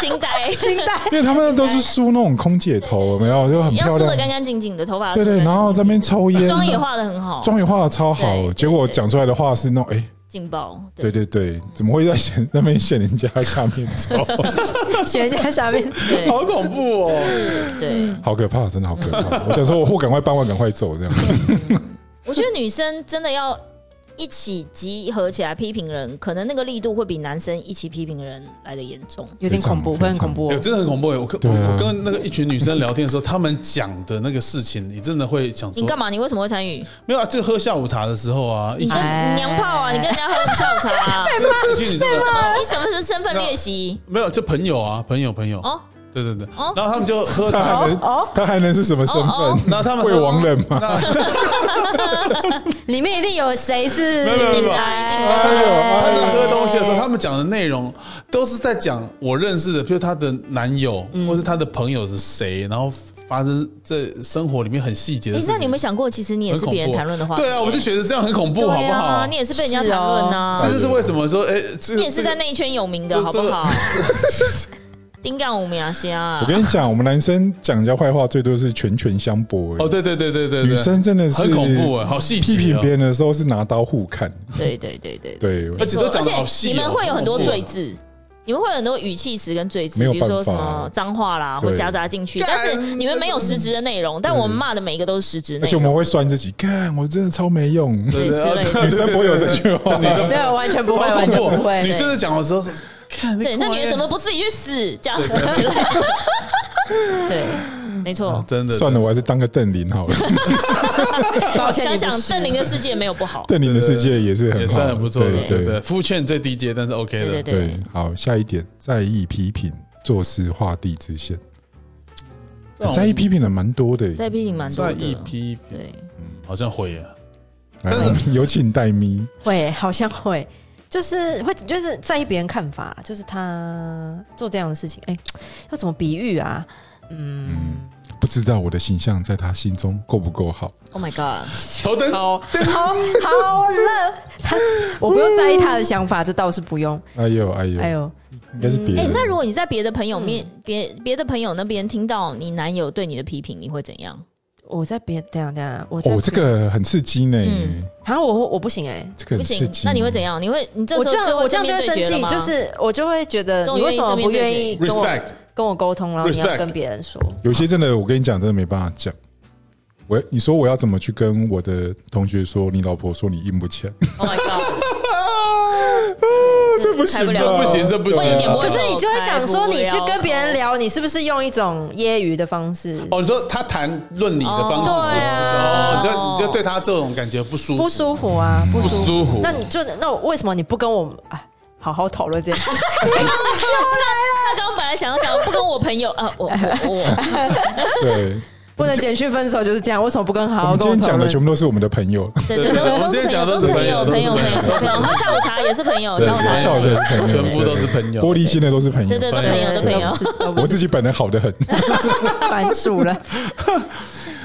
C: 惊呆，
D: 惊呆。
A: 因为他们都是梳那种空姐头，有没有就很
C: 要
A: 漂
C: 梳的干
A: 亮。
C: 干净净的，头发
A: 对对，然后在那边抽烟，
C: 妆也画的很好，
A: 妆也画的超
C: 对
A: 好，
C: 对
A: 结果
C: 对
A: 讲出来的话是那种，哎，
C: 劲爆。
A: 对
C: 对
A: 对对，怎么会在显那边显人家下面抽？
D: 学人 家下面
C: 对
B: 好恐怖哦！
C: 对，
A: 好可怕，真的好可怕！我想说，我货赶快搬完，赶快走这样。
C: 我觉得女生真的要一起集合起来批评人，可能那个力度会比男生一起批评人来的严重。
D: 有点恐怖，
A: 非
D: 会
A: 常
D: 很恐怖
B: 哎
D: 哦。
B: 真的很恐怖哎！我跟
A: 对啊
B: 我跟那个一群女生聊天的时候，她们讲的那个事情，你真的会想说
C: 你干嘛？你为什么会参与？
B: 没有啊，就喝下午茶的时候啊，一
C: 你
B: 群
C: 跟
D: 哎
C: 娘炮啊！你跟人家喝下午茶 啊？
B: 一群女生
C: 你什么是身份练习？
B: 没有，就朋友啊，朋友朋友，
C: 哦
B: 对对对，
C: 哦
B: 然后他们就喝
A: 他
B: 茶，
A: 还能他还能是什么身
C: 哦
A: 份？
B: 然后他们
A: 贵
B: 喝
A: 王人吗？
B: 那
D: 里面一定有谁是
B: 没有没有没有
D: 哎
B: 他们他们喝东西的时候，他们讲的内容都是在讲我认识的，譬如她的男友
C: 嗯
B: 或是她的朋友是谁，然后发生在生活里面很细节的
C: 哎
B: 事，情。
C: 那你有没有想过，其实你也
B: 很
C: 是
B: 恐怖
C: 别人谈论的话？
B: 对啊，我就觉得这样很恐怖，好
C: 对
B: 不
C: 啊
B: 好？
C: 你也是被人家谈论啊呐
D: 是
B: 这。就是哦为什么说，哎，这
C: 你
B: 个
C: 也是在那一圈有名的，
B: 这
C: 好不好？丁干五名啊虾
A: 我，跟你讲，我们男生讲人家坏话最多是拳拳相搏而
B: 哦，
A: 已，
B: 对对对对对，对
A: 女生真的是
B: 很恐怖哎，好细节
A: 批
B: 哦
A: 评别人的时候是拿刀互砍。
C: 对对对对对，
A: 对，
B: 而且都讲
C: 而
B: 得
C: 且
B: 好哦细哦
C: 你们会有很多罪字，你们会有很多语气词跟罪字
A: 没，有
C: 比如说
A: 办法
C: 什
A: 啊
C: 么脏话啦，或
A: 对
C: 夹杂进去，
B: 干
C: 但是你们没有实质的内容，但我们骂的每一个都是实质
A: 而
C: 内
A: 且我
C: 容。
A: 们会酸自己，看我真的超没用。 女
B: 对对
C: 对之类
B: 对
C: 的
B: 对对
A: 生不会有这句话，
D: 没有完全不会，
B: 好
D: 完
B: 恐
D: 全
B: 怖哦
D: 不
B: 女
D: 会。
B: 生在讲的时候，看
C: 对，那
B: 个
C: 女人
B: 人
C: 怎么不自己去死？这样， 对，没错。
B: 哦真的
A: 算了，我还是当个邓林好了。
D: 抱歉，
C: 想
D: 你不
C: 想
D: 是
C: 邓林的世界没有不好，
A: 邓林的世界也是
B: 也
A: 很好
B: 算很不错的，
A: 对
B: 对对，肤浅最低阶，但是 OK
C: 对对
B: 的。
C: 对
A: 对。。好，下一点，在意批评，做事画地自限。
B: 这种
A: 在意批评的蛮多的欸耶，
C: 在批评蛮多
B: 算一
C: 的，
B: 批，
C: 对，
B: 好像会耶，
A: 来
B: 但是
A: 我们有请戴咪。
D: 会，好像会，就是会，就是在意别人看法，就是他做这样的事情，哎、要怎么比喻啊？嗯，
A: 不知道我的形象在他心中够不够好？
C: Oh my god！
A: 哦
B: 头灯
D: 好，好，好了，他我不用在意他的想法，这倒是不用。
A: 哎呦哎
D: 哎
A: 呦，
D: 呦，
A: 应该是别
C: 哎、
A: 人。
C: 那如果你在别的朋
D: 嗯
C: 友面、别别的朋友那边听到你男友对你的批评，你会怎样？
D: 我在别这样这样，我在
A: 哦，这个很刺激呢，
C: 嗯
D: 好像我我不行哎、
A: 这个
C: 不
A: 很刺
C: 行
A: 激，。
C: 那你会怎？样？你会你这
D: 我
C: 时候
D: 这样
C: 就
D: 我这样就
C: 正
D: 会
C: 面
D: 生
C: 对决
D: 气，
C: 了吗
D: 就是我就会觉得
C: 终于
D: 你为什么不愿
C: 愿意
D: 意
C: 正
D: 跟我
B: respect
D: 跟我沟通，然后你要
B: Respect
D: 跟别人说，
A: 有些真的，我跟你讲，真的没办法讲。我你说我要怎么去跟我的同学说，你老婆说你硬不 起来，啊
C: Oh my god！
A: 这不
C: 开
A: 行啊吧，
C: 不了
B: 这不行，这不行
C: 问一点
B: 啊。
C: 不
D: 可是你就会想说，你去跟别人
C: 聊。
D: 聊，你是不是用一种揶揄的方式？
B: 哦，你说他谈论你的方式，
C: 哦对啊
B: 哦，你就你就对他这种感觉不舒服，
D: 不舒服啊，不舒
B: 不
D: 服。
B: 舒服。
D: 那你就那我为啊什么 你不跟我哎好好讨论这件事？
C: 他刚刚本来想要讲不跟我我朋友 啊，我我我
A: 对，
D: 不能简讯分手就是这样，为什么不跟好
A: 我
D: 好
A: 们今
D: 跟
A: 天
D: 讨
A: 讲的
D: 论？
A: 全部都是我们的朋友，
C: 对对
B: 对
C: 对，
B: 我们
C: 都
B: 今天讲的
C: 是
B: 都是
C: 朋友，
B: 朋
C: 朋
B: 友
C: 友，
B: 都是
C: 朋
B: 朋友
C: 友，朋友，喝下午茶也是朋友，下午茶
A: 对下午茶也是朋友
B: 全部都是朋友，
A: 玻璃心的都是朋
C: 对
A: 友
C: 对，都
B: 朋
C: 朋
B: 友
C: 友，都朋友。
D: 都不
A: 我
D: 是
A: 自己本人好的很，
D: 番薯了，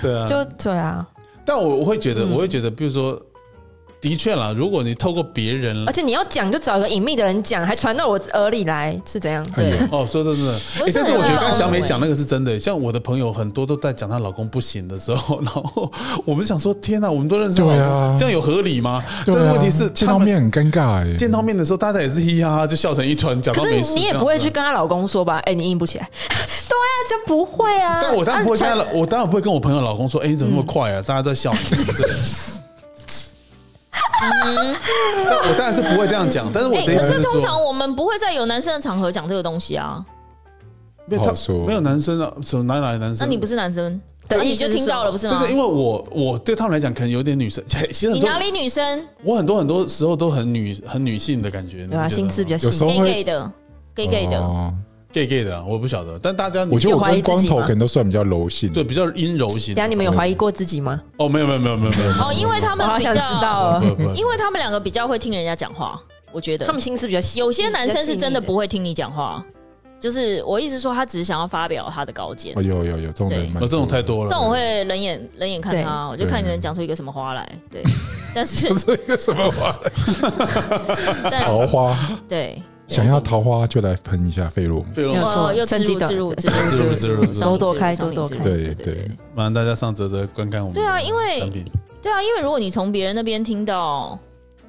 B: 对啊。
D: 就对啊，
B: 但我我会觉
C: 嗯
B: 得，我会觉得，比如说，的确啦，如果你透过别人
D: 而，且你要讲就找一个隐秘的人讲，还传到我耳里来，是怎样？
A: 哎呦，
B: 哦，说真的，
C: 我
B: 诶
C: 是
B: 但是
C: 很
B: 我觉得
C: 老
B: 刚才小美
C: 欸
B: 讲那个是真的，像我的朋友很多都在讲她老公不行的时候，然后我们想说，天哪，我们都认识她老
A: 对啊
B: 公，这样有合理吗？但
A: 对
B: 是
A: 啊，
B: 问题是，
A: 见到面很尴尬哎，
B: 见到面的时候，大家也是嘻嘻哈哈就笑成一团，假装
D: 可
B: 没
D: 是
B: 事。
D: 你也不会去。跟她老公说吧？哎、你硬不起来。 对啊，这不会啊。
B: 但我当然不会跟她
D: 啊
B: 老，我当然不会跟我朋友老公说，哎，你怎么那
C: 嗯
B: 么快啊？大家在笑你。这个但我当然是不会这样讲，但是我
C: 嗯哎，
B: 的意
C: 可
B: 思
C: 是通
B: 说
C: 常我们不会在有男生的场合讲这个东西啊。
B: 没有
A: 不好
B: 他
A: 说
B: 没有男生啊，什么哪里来的男
C: 那
B: 生？
C: 你不是男生，
D: 的
C: 那
D: 意
C: 你
D: 思
C: 就是听到
D: 什
C: 了
D: 么
C: 不是
B: 就
C: 吗
B: 是？因为我我对他们来讲可能有点女生， 其实很
C: 你
B: 多
C: 哪里女生
B: 我很多很多时候都很女很女性的感觉，
D: 对啊，心思比
B: 较
D: 较
A: 有时
D: 细。
A: 候
C: ？gay
A: 会
C: gay 的，gay gay 的，
A: 哦
B: gay gay 的啊，我不晓得，但大家
A: 我觉得我
D: 你
A: 跟
D: 有怀疑自
A: 光
D: 己
A: 头
D: 吗
A: 可能都算比较柔性，
B: 对比较阴柔型
D: 等一。下你们有怀疑过自己吗？
B: 哦，没有没有没有没有没有，
C: 哦，因为他
D: 我
C: 们
D: 好
C: 比
D: 想知道
C: 较，
D: 哦。
B: 不不
C: 因为他们两个比较会听人家讲话，我觉得
D: 他们心思比较细，
C: 有些男生是真的
D: 比较细腻
C: 不会听你讲话，就是我意思说，他只是想要发表他的高见
A: 哦，。有有有这种人
C: 对
A: 蛮多的，
B: 哦这种太多了，
C: 这种我会冷眼冷眼看他，我就看你能讲出一个什么花来。 对，但是
A: 这个什么话？
C: 但
A: 桃花，
C: 对，
A: 想要桃花就来喷一下费洛蒙。
B: 费用
D: 没有错
C: 哦又植
D: 趁机
C: 入
D: 的
C: 植入植
B: 植入
C: 入
B: 植入
C: 商品
D: 多多
C: 植入
D: 开
C: 商品
D: 多多
C: 植
D: 开
C: 入
A: 对
C: 对
A: 对
B: 麻烦大家上泽泽观看我们的
C: 对啊因为
B: 产品
C: 对啊，因为如果你从别人那边听到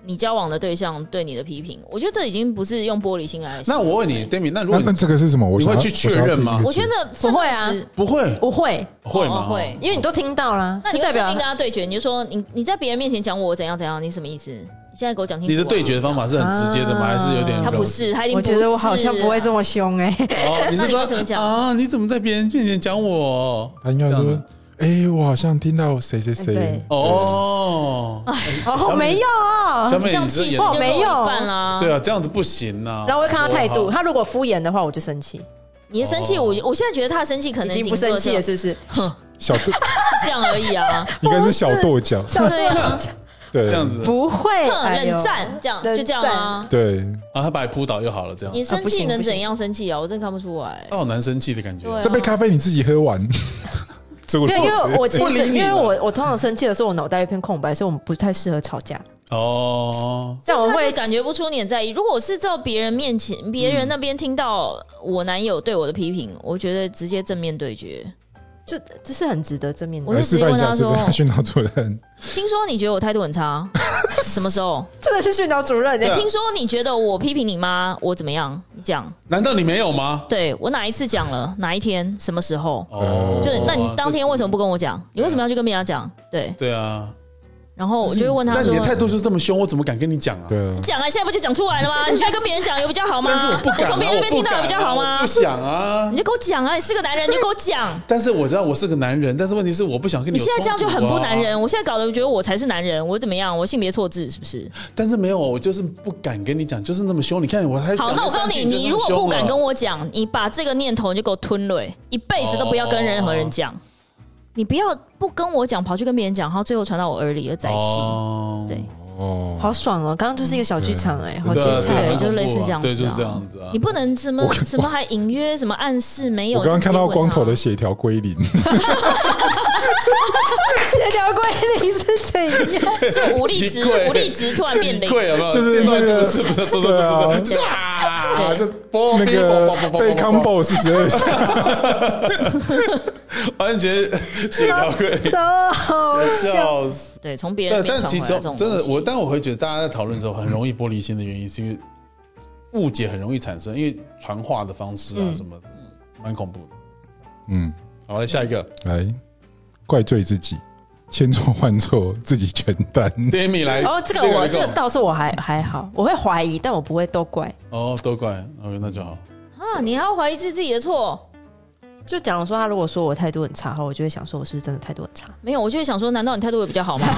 C: 你交往的对象对你的批评，我觉得这已经不是用玻璃心来。
B: 那我问你，Demi，那如
A: 那
B: 果
A: 那
B: 你
A: 这个是什么？我
B: 你
A: 想
B: 会
A: 要
B: 去确
A: 我想要
B: 认吗
A: 自己
C: 我觉得
D: 不会啊
C: 愤怒值
B: 不会
D: 不会，
B: 会吗？
C: 哦会
D: 因为你都听到啦，
C: 那
D: 就
C: 你
D: 代
C: 代
D: 表
C: 表跟他对决，你就说你你在别人面前讲我怎样怎样，你什么意思？你现在给我讲清楚啊。
B: 你的对决方法是很直接的吗？还是有点
C: 啊他
B: 柔
C: 不 是，他一定
D: 我觉得我好像不会
C: 么。
D: 这么凶哎、
B: 哦？你是
C: 那
B: 说
C: 你怎么讲
B: 啊？你怎么在别人面前讲我？
A: 他应该
B: 这
A: 说
B: 样：“
A: 哎，我好像听到谁谁
C: 哎
A: 谁
D: 对。
B: 哦，
D: 哦，我没有哦，
B: 小
C: 啊这
B: 美，
C: 样
B: 你这
C: 气势
B: 演
C: 就
D: 没有
C: 弱一半啦。
B: 对啊，这样子不行呐。
D: 然后我会看他态
B: 好不
D: 度，
B: 好
D: 他如果敷衍的话，我就生气，
C: 你的生气，
B: 哦
C: 我我现在觉得他的生气可
D: 已
C: 能
D: 经不生气了，
C: 是
D: 是不是？
A: 小 跺，
C: 这样而已啊。
A: 应该是小跺脚，
C: 对啊，
A: 对，
B: 这样子，
D: 不会，
C: 哼，
D: 哎呦
C: 冷战这样
D: 冷
C: 就这样啊。
A: 对，
B: 然后他把你扑倒就好了，这样
C: 你。
D: 啊
C: 生
D: 不
C: 气
D: 行
C: 能
D: 不行
C: 怎样生气啊？我真看不出来。
B: 他好难生气的感觉。
C: 对啊
A: 这杯咖啡你自己喝 完，这个
D: 因为因为我其
B: 不理
D: 实
B: 你
D: 因为
B: 了
D: 我我通常生气的时候，我脑袋一片空白，所以我们不太适合吵架。
B: 哦，
D: 但我
C: 他
D: 会嗯
C: 就感觉不出你很在意。如果我是在别人面前，别人那边听到我男友对我的批评，我觉得直接正面对决。
D: 这这是很值得正面
C: 我
D: 的，
A: 来
C: 就直
A: 哎示
C: 接
A: 范一下，
C: 问他
A: 示
C: 说
A: 范训导 主任，
C: 听说你觉得我态度很差，什么时候？
D: 真的是训导主任
B: 对啊
D: 哎，
C: 听说你觉得我批评你妈，我怎么样？你讲，
B: 难道你没有吗？
C: 对我哪一次讲了？哪一天？什么时候？
B: 哦，嗯
C: 就是那你当天为什么
B: 么？
C: 不跟我讲？你为什么要去跟别人家讲？对，
B: 对啊，
C: 然后我就会问他
B: 但你
C: 说
B: 的：“态度就是这么凶，我怎么敢跟你讲啊？
A: 对啊，
C: 讲啊，现在不就讲出来了 吗？你觉得跟别人讲有比较好吗？
B: 但是我不敢啊，
C: 从别人那边
B: 我不
C: 听到
B: 敢啊
C: 有比较好
B: 我
C: 吗
B: 不？想啊
C: 你。就给我讲啊！你是个男人，你就给我讲。
B: 但是我知道我是个男人，但是问题是我不想跟
C: 你
B: 有
C: 现在这样就
B: 冲突
C: 很
B: 啊
C: 不男。人。我现在搞得我觉得我才是男人，我怎么样？我性别错置是不是？
B: 但是没有，我就是不敢跟你讲，就是那么凶。你看我 还
C: 好，
B: 讲
C: 那我
B: 了
C: 告诉
B: 三
C: 你，
B: 句
C: 你如果不敢跟
B: 我，
C: 我讲，你把这个念头你就给我吞了，一辈子都不要跟任何人讲。你不要不跟我讲，跑去跟别人讲，然后最后传到我耳里又在戏。
B: 哦
C: 对，
A: 哦，
D: 好爽哦！刚刚就是一个小剧场哎，好精
B: 对啊
D: 彩
B: 对啊
D: 哦
C: 对，就类似这样子啊
B: 对，就是这样子啊
C: 你。不能什么什么还隐约什么暗示没有。啊
A: 我刚刚
C: 你就
A: 看
C: 直接
A: 到
C: 问
A: 光头
C: 他
A: 的协调归零，
D: 协调规律是怎 样？
C: 就无 力值
B: 奇怪，
C: 无力值突然变零。
B: 溃有没有？
A: 就是
B: 那
A: 那个
B: 不是不是，不是不是
A: 对啊
B: 不是就是啊，
C: 对
B: 这 波
A: 那个
B: 哦
A: 被 combo 四十二
B: 完全协调溃，
D: 超好笑！
B: 笑死。
C: 对，从别人
B: 但
C: 那边
B: 但
C: 传回
B: 其
C: 来
B: 实
C: 这种
B: 真的
C: 东西
B: 我，但我会觉得大家在讨论的时候很容易玻璃心的原因，是因为误解很容易产生，因为传话的方式啊
D: 嗯
B: 什么，蛮恐怖的。
A: 嗯，
B: 好，来下一
D: 嗯
B: 个
A: 来怪罪自己，千错万错自己承担。
B: ，Demi 来。
D: 哦，这个
B: Demi
D: 我
B: 来
D: 这个
B: 跟
D: 倒是我还还好，我会怀疑，但我不会都怪。
B: 哦哦，都怪，OK，那就好。
C: 啊，你还要怀疑是自己的错，
D: 就假如说他如果说我态度很差的话，我就会想说我是不是真的态度很差？
C: 没有，我就会想说，难道你态度会比较好吗？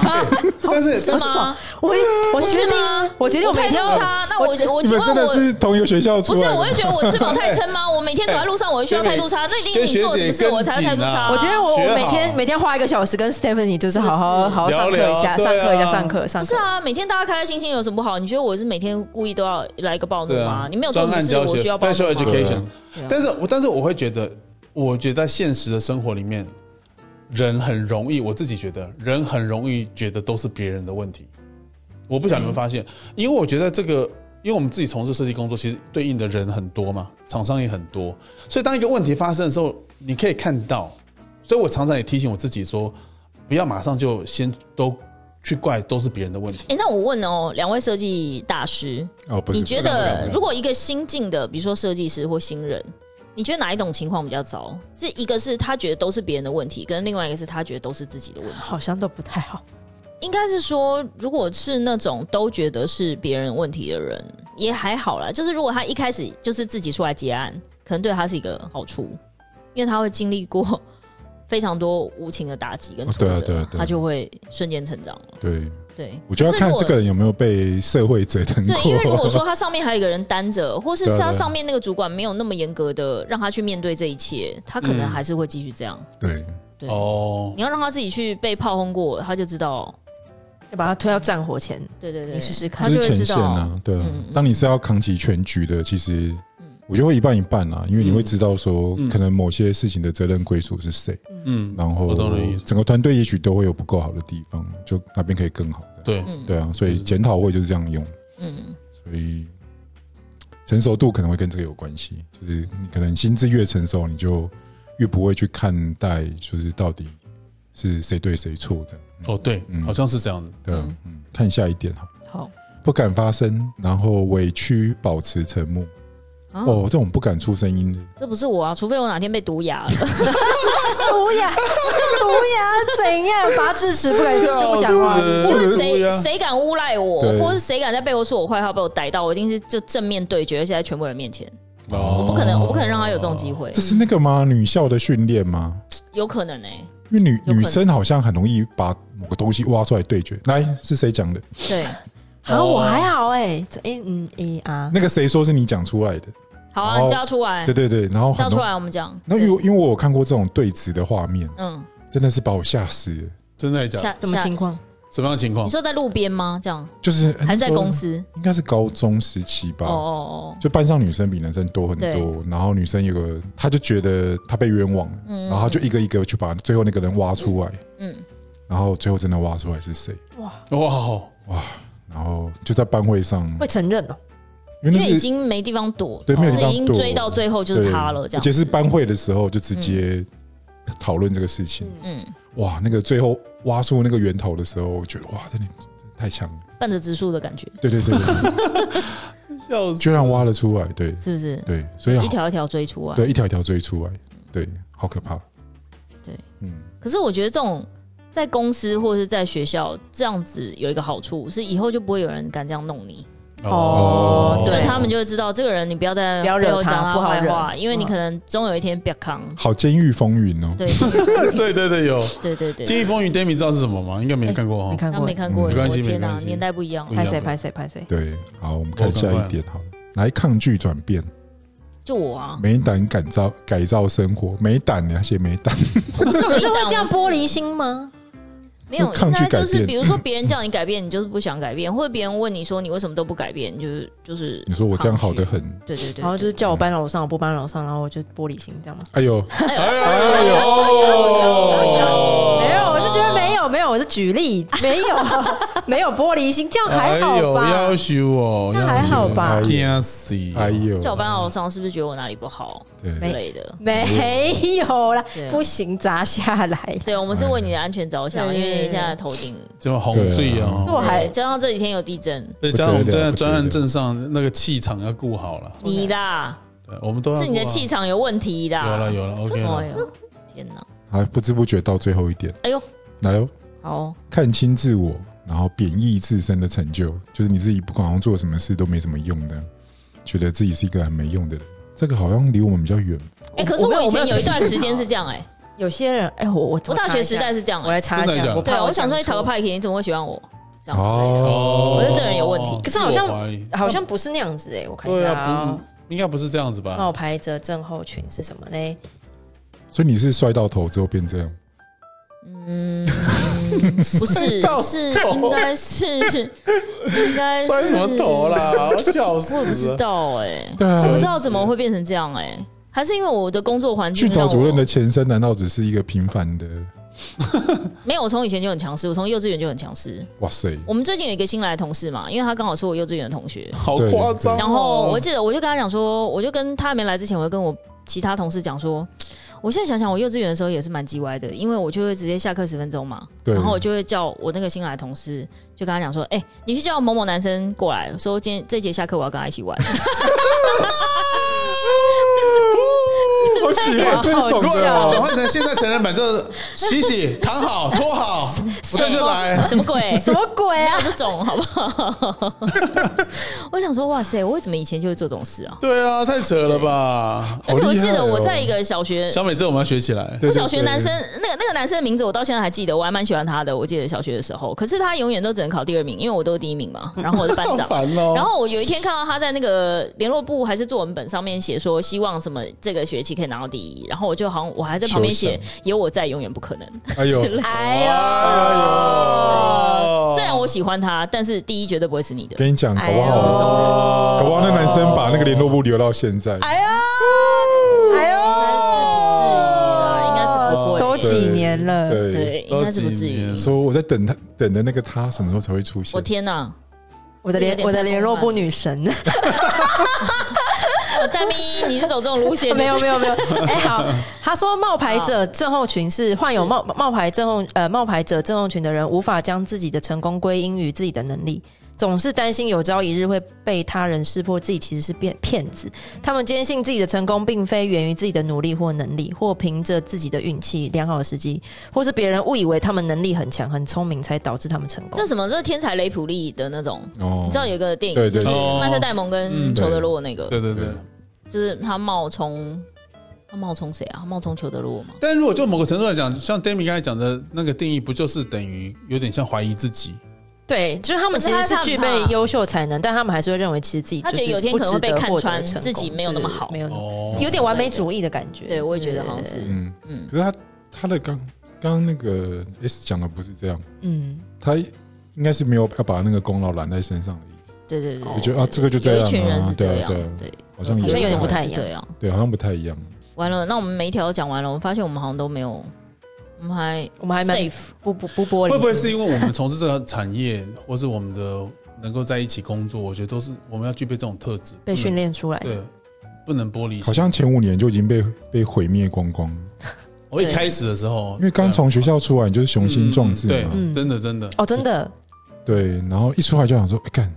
B: 但是
C: 是吗？
D: 我我
C: 是
D: 决定
C: 吗？
D: 我决定我
C: 态
D: 每
C: 度
D: 天
C: 差，那我我
A: 你
C: 请
A: 们真
C: 问
A: 的
C: 我
A: 是同一个学校出
C: 不
A: 来
C: 是？啊
A: 的吗？
C: 我会觉得我吃饱太 撑吗？我每天走在路上，我会需要态度差，那一定
B: 跟
C: 是
B: 哎学
C: 你做了什
B: 姐
C: 么事，我才会态度
B: 跟紧
C: 差。
B: 啊
D: 我觉得我
B: 学好
D: 每天每天花一个小时跟 Stephanie 就是好好好好上课一下，
B: 聊聊
D: 上课一
B: 对
D: 下，
B: 啊
D: 上课上
C: 不
D: 课
C: 是。啊，每天大家开开心心有什么不好？你觉得我是每天故意都要来一个暴怒
B: 对
C: 吗
B: 啊？，
C: 你没有做什
B: 专
C: 么
B: 案
C: 事，
B: 教
C: 我
B: 学
C: 需要暴
B: special
C: 怒吗？
B: education
D: 对啊。
B: 但是，我但是我会觉得，我觉得在现实的生活里面，人很容易，我自己觉得人很容易觉得都是别人的问题。我不想你们发现，
C: 嗯
B: 因为我觉得这个，因为我们自己从事设计工作，其实对应的人很多嘛，厂商也很多，所以当一个问题发生的时候，你可以看到。所以我常常也提醒我自己说，不要马上就先都去怪都是别人的问题。
C: 哎，那我问哦，两位设计大师，
A: 哦，不是，
C: 你觉
A: 不是不是
C: 得
A: 不是
C: 如果一个新进的，比如说设计师或新人，你觉得哪一种情况比较糟？是一个是他觉得都是别人的问题，跟另外一个是他觉得都是自己的问题。
D: 好像都不太好，
C: 应该是说，如果是那种都觉得是别人问题的人，也还好啦。就是如果他一开始就是自己出来结案，可能对他是一个好处，因为他会经历过非常多无情的打击跟
A: 哦
C: 挫
A: 对
C: 折，
A: 啊对啊对啊
C: 他就会瞬间成长了。
A: 对，
C: 对，
A: 我就要
C: 可是如
A: 看
C: 果
A: 这个人有没有被社会折腾过。
C: 对，因为如果说他上面还有一个人担着，或是
A: 对啊
C: 是他
A: 对啊
C: 上面那个主管没有那么严格的让他去面对这一切，他可能还是会继续这样。
A: 对，
C: 对，
B: 哦，
C: 你要让他自己去被炮轰过，他就知道。
D: 要把它推到战火前，
C: 对对对，
D: 你试试
C: 他
D: 看
A: 就
C: 就是会
A: 前
C: 知
A: 线
C: 道。
A: 啊，对啊
C: 嗯嗯。
A: 当你是要扛起全局的，其实我就会一半一半啊啦，
C: 嗯
A: 因为你会知道说，可能某些事情的责任归属是谁，
B: 嗯，
A: 然后
B: 我懂你的意思
A: 整个团队也许都会有不够好的地方，就那边可以更好。
B: 对，
A: 对啊，所以检讨会就是这样用，
C: 嗯，
A: 所以成熟度可能会跟这个有关系，就是你可能心智越成熟，你就越不会去看待，就是到底是谁对谁错这样。
B: 哦，对，
A: 嗯
B: 好像是这样的。
A: 对啊，嗯，看下一点哈，
C: 好。
A: 不敢发声，然后委屈，保持沉默。
C: 啊
A: 哦，这种不敢出声音的，
C: 这不是我啊，除非我哪天被毒哑了。
D: 毒牙，毒牙怎样？拔智齿 不敢就不讲话
B: 笑。死
C: 因
B: 对
C: 为谁
B: 啊
C: 谁敢诬赖我，
A: 对
C: 或是谁敢在背后说我坏话，被我逮到，我一定是就正面对决，而且在全部人面前，
B: 哦，
C: 不可能，我不可能让他有这种机会
A: 这，是那个吗？女校的训练吗？
C: 有可能哎、
A: 因为女
C: 有可能
A: 女生好像很容易把某个东西挖出来对决。来，是谁讲的？
C: 对，
D: 好，我还好哎，这哎嗯一啊，
A: 那个谁说是你讲出来的？
C: 好
A: 哦
C: 啊，你叫他出来
A: 对，对对，然后
C: 叫
A: 很
C: 出
A: 多。
C: 来，我们讲，
A: 那因为因为我有看过这种对峙的画面，
C: 嗯，
A: 真的是把我吓死了。
B: 真的假的
C: 下？
D: 什么情？况？
B: 下什么样的情
C: 下
B: 况
C: 你？说在路边吗？这样
A: 就是
C: 还是在公，
A: 呃
C: 司？
A: 应该是高中时期吧。
C: 哦哦哦，
A: 就班上女生比男生多很多，然后女生有个，她就觉得她被冤枉了，然后她啊就一个一个去把最后那个人挖出来，
C: 嗯，
A: 然后最后真的挖出来是谁，
B: 哇，
A: 然后就在班会上，
D: 会承认哦，
A: 因为
C: 因
A: 那
C: 为已
A: 是
C: 经没地方躲，
A: 对没有
C: 就
A: 地
C: 是
A: 方
C: 已经
A: 躲
C: 追到最后就是
A: 对
C: 他了，这
A: 而
C: 样
A: 且，是班会的时候就直接讨论这个事情，
C: 嗯，
A: 哇，那个最后挖出那个源头的时候，我觉得哇，真的真的太强了，
C: 伴着植树的感觉，
A: 对对对 对，
B: 笑死！
A: 居然挖了出来，对
C: 是不是？
A: 对，所以好
C: 一条一条追出啊，
A: 对一条一条追出来，对，好可怕，
C: 对，
A: 嗯，
C: 可是我觉得这种在公司或者是在学校这样子有一个好处是，以后就不会有人敢这样弄你，
D: 哦
C: 就
D: 对
C: 他们就会知道这个人你不要再
D: 不要惹
C: 背后
D: 他
C: 讲
D: 不好
C: 坏
D: 惹
C: 话，因为你可能终有一天被扛。
A: 好监狱风云哦，
C: 对
B: 对对对，有
C: 对对
B: 《
C: 对，
B: 金翼风云》，Demi 知道是什么吗？应该没看过
D: 没
B: 哈。
D: 看
C: 他
D: 过
C: 没。看过，
A: 没
B: 关
C: 我
B: 系
C: 天
B: 没
C: 哪
B: 关，系
C: 年代不一样
B: 哦
C: 啊
B: 不。一
D: 拍
B: 样
D: 谁拍谁拍谁？
A: 对，好，我们看下
B: 我
A: 一
B: 赶
A: 点好了。来抗拒转变，
C: 就我 啊，
A: 美胆改造改造生活，美胆呢写美胆，
C: 可
D: 可是会这样玻璃心吗？
C: 没有，
A: 就抗
C: 应
A: 拒
C: 该就
A: 改
C: 是
A: 变
C: 比如说别人叫你改变，你就是不想改变，或者别人问你说你为什么都不改变，你就是就是
A: 你说我这样
C: 抗
A: 好
C: 拒
A: 的很，
C: 对对对，
D: 然后就是叫我搬楼上，我不搬楼上，然后我就玻璃心这样吗？
A: 哎呦，
C: 哎呦
B: 哎呦，哎
D: 没有，我是觉得没有，没有，我是举例，没 有，没有玻璃心，这样还
B: 哎
D: 好
B: 呦，
D: 吧
B: 要？修哦，
D: 那还好吧
A: 哎呦
B: 惊死！
A: 哎呦，
C: 叫我搬到楼上，是不是觉得我哪里不好之
A: 对，
C: 类的？
D: 没有啦
C: 对，
D: 不行，砸下来。
C: 对，我们是
B: 哎
C: 为你的安全着想，
D: 对
C: 因为你现在头顶
B: 这么红醉
D: 这
B: 哦。
D: 我还
C: 对加上这几天有地震，
B: 对，加上我们
A: 不得了
B: 在
A: 不得
B: 专
A: 了
B: 案镇上那个气场要顾好了，
C: 你啦，
B: 对，啊我们都要
C: 是你的
B: 顾好
C: 气场有问题啦。
D: 啊
B: 有了有了，OK
C: 哎
B: 了。
C: 呦，天哪！
A: 还不知不觉到最后一点，
C: 哎呦，
A: 来哦，
C: 好，
A: 看清自我，然后贬义自身的成就，就是你自己不管好像做什么事都没什么用的，觉得自己是一个很没用的人，这个好像离我们比较远。
C: 哎、可是我以前
D: 没
C: 有一段时间是这样哎、
D: 有些人，哎，我我
C: 我大学时代，是这样
D: 我
C: 哎、
D: 来查一
B: 真的假
D: 下，
B: 的
D: 我
C: 对
D: 怕，
C: 我想说
D: 说
C: 你讨个。派克，你怎么会喜欢我？这样子、
A: 哦
C: 我觉得这人有问题
D: 可是好像
B: 自我怀疑
D: 好像不是那样子哎，我看一
B: 对
D: 下
B: 啊，
D: 啊
B: 不，应该不是这样子吧？
D: 冒牌者症候群是什么呢？
A: 所以你是摔到头之后变这样，
C: 嗯，不是，是应该是应该
B: 摔
C: 是
B: 什么头啦？嗯我笑
C: 嗯我也
B: 死
C: 不知
B: 了！
C: 道哎、
A: 对啊
C: 我不知道怎么会变成这样哎、还是因为我的工作环境
A: 训导
C: 让我？
A: 主任的前身难道只是一个平凡的？
C: 没有，我从以前就很强势，我从幼稚园就很强势。
A: 哇塞！
C: 我们最近有一个新来的同事嘛，因为他刚好是我幼稚园的同学，
B: 好夸张哦！
C: 然后我记得我就跟他讲说，我就跟他还没来之前，我就跟我其他同事讲说，我现在想想，我幼稚园的时候也是蛮叽歪的，因为我就会直接下课十分钟嘛，
A: 对
C: 然后我就会叫我那个新来的同事，就跟他讲说，哎、你去叫某某男生过来，说今天这节下课我要跟他一起玩。
A: 我喜
C: 啊
A: 欢这
D: 好
A: 种
B: 如果
A: 的，
D: 笑
B: 转啊换成现在成人版，就是洗洗、躺好、拖 好，不对就来。
C: 什么鬼？
D: 什么鬼
C: 没有
D: 啊？
C: 这种好不好？ 我想说，哇塞，我怎么以前就会做这种事啊？
B: 对啊，太扯了吧！
A: 好
C: 而且我
A: 厉害
C: 记得我
A: 哦
C: 在一个小学，
B: 小美，这我们要学起来。
A: 对对
C: 我小学
A: 对
C: 男生那个那个男生的名字我到现在还记得，我还蛮喜欢他的。我记得小学的时候，可是他永远都只能考第二名，因为我都是第一名嘛，然后我是班
B: 好
C: 长。
B: 烦哦！
C: 然后我有一天看到他在那个联络簿还是作文本上面写说，希望什么这个学期可以拿到第一。然后我就好像我还在旁边写
A: 休，
C: 有我在，永远不可能。
A: 哎呦，
C: 哦
D: 哎呦，
B: 哎呦
C: 虽然我喜欢他，但是第一绝对不会是你的。
A: 跟你讲，搞
D: 哎
A: 不
D: 呦，
A: 好，
B: 哦
A: 搞不好那男生把那个联络簿留到现在。
D: 哎呦，哎呦，
C: 啊
D: 哦
C: 应该是不会
D: 都几年了，
A: 对，
C: 对，应该是不至
B: 都几年
C: 于
B: 了。
A: 所以我在等他，等的那个他什么时候才会出现
C: 我？天哪，
D: 我的
C: 有
D: 联
C: 点
D: 我的联络部女神，
C: 大哦咪，你是走这种路线的？
D: 哦没有没有没有，哎好，他说冒牌者症候群是患有冒冒牌症候呃冒牌者症候群的人无法将自己的成功归因于自己的能力。总是担心有朝一日会被他人识破自己其实是骗骗子。他们坚信自己的成功并非源于自己的努力或能力，或凭着自己的运气、良好的时机，或是别人误以为他们能力很强、很聪明才导致他们成功
C: 这。什么？这是天才雷普利的那种，
A: 哦，
C: 你知道有一个电影
A: 对对
C: 就是
B: 对
C: 曼特戴蒙跟
B: 嗯
C: 裘德洛那个，
B: 对对对。
C: 就是他冒充他冒充谁啊？他冒充裘德洛吗？
B: 但如果就某个程度来讲，像 Demi 刚才讲的那个定义，不就是等于有点像怀疑自己？
D: 对，就是他们其实是具备优秀才能，但他们还是会认为其实自己
C: 他觉得
D: 就是
C: 有一天可能会被
D: 不值得获得
C: 看穿
D: 成功
C: 自己没有那么好
D: 对没有那么
B: 哦
D: 有点完美主义的感觉。
C: 对，我也觉得好像
D: 对
C: 是，
A: 嗯
C: 嗯，
A: 可是他他的刚刚刚那个 S 讲的不是这样，
D: 嗯，
A: 他应该是没有要把那个功劳揽在身上的意思。
C: 对对对对，
A: 我觉得啊，这个就这
C: 有
A: 样
C: 一群人
A: 啊
C: 是，
A: 对
C: 这
A: 啊
C: 样
A: 对啊，，
C: 对，
A: 好像
D: 好像有
A: 这
D: 点
A: 样
D: 不太一样
C: 是这样。
A: 对，好像不太一样。
C: 完了，那我们每一条都讲完了，我们发现我们好像都没有，我们还
D: 我们还蛮
C: safe，
D: 不不不玻璃心，
B: 会不会是因为我们从事这个产业，或是我们的能够在一起工作，我觉得都是我们要具备这种特质，
D: 被
B: 练
D: 训练出来？
B: 对，不能玻璃心。
A: 好像前五年就已经被被毁灭光光了，
B: 我一开始的时候，
A: 因为刚从学校出来，你就是雄心壮志
B: 对啊
A: 嘛，，
D: 嗯
B: 真的真的
D: 哦，真的，
A: 对，然后一出来就想说，哎，干，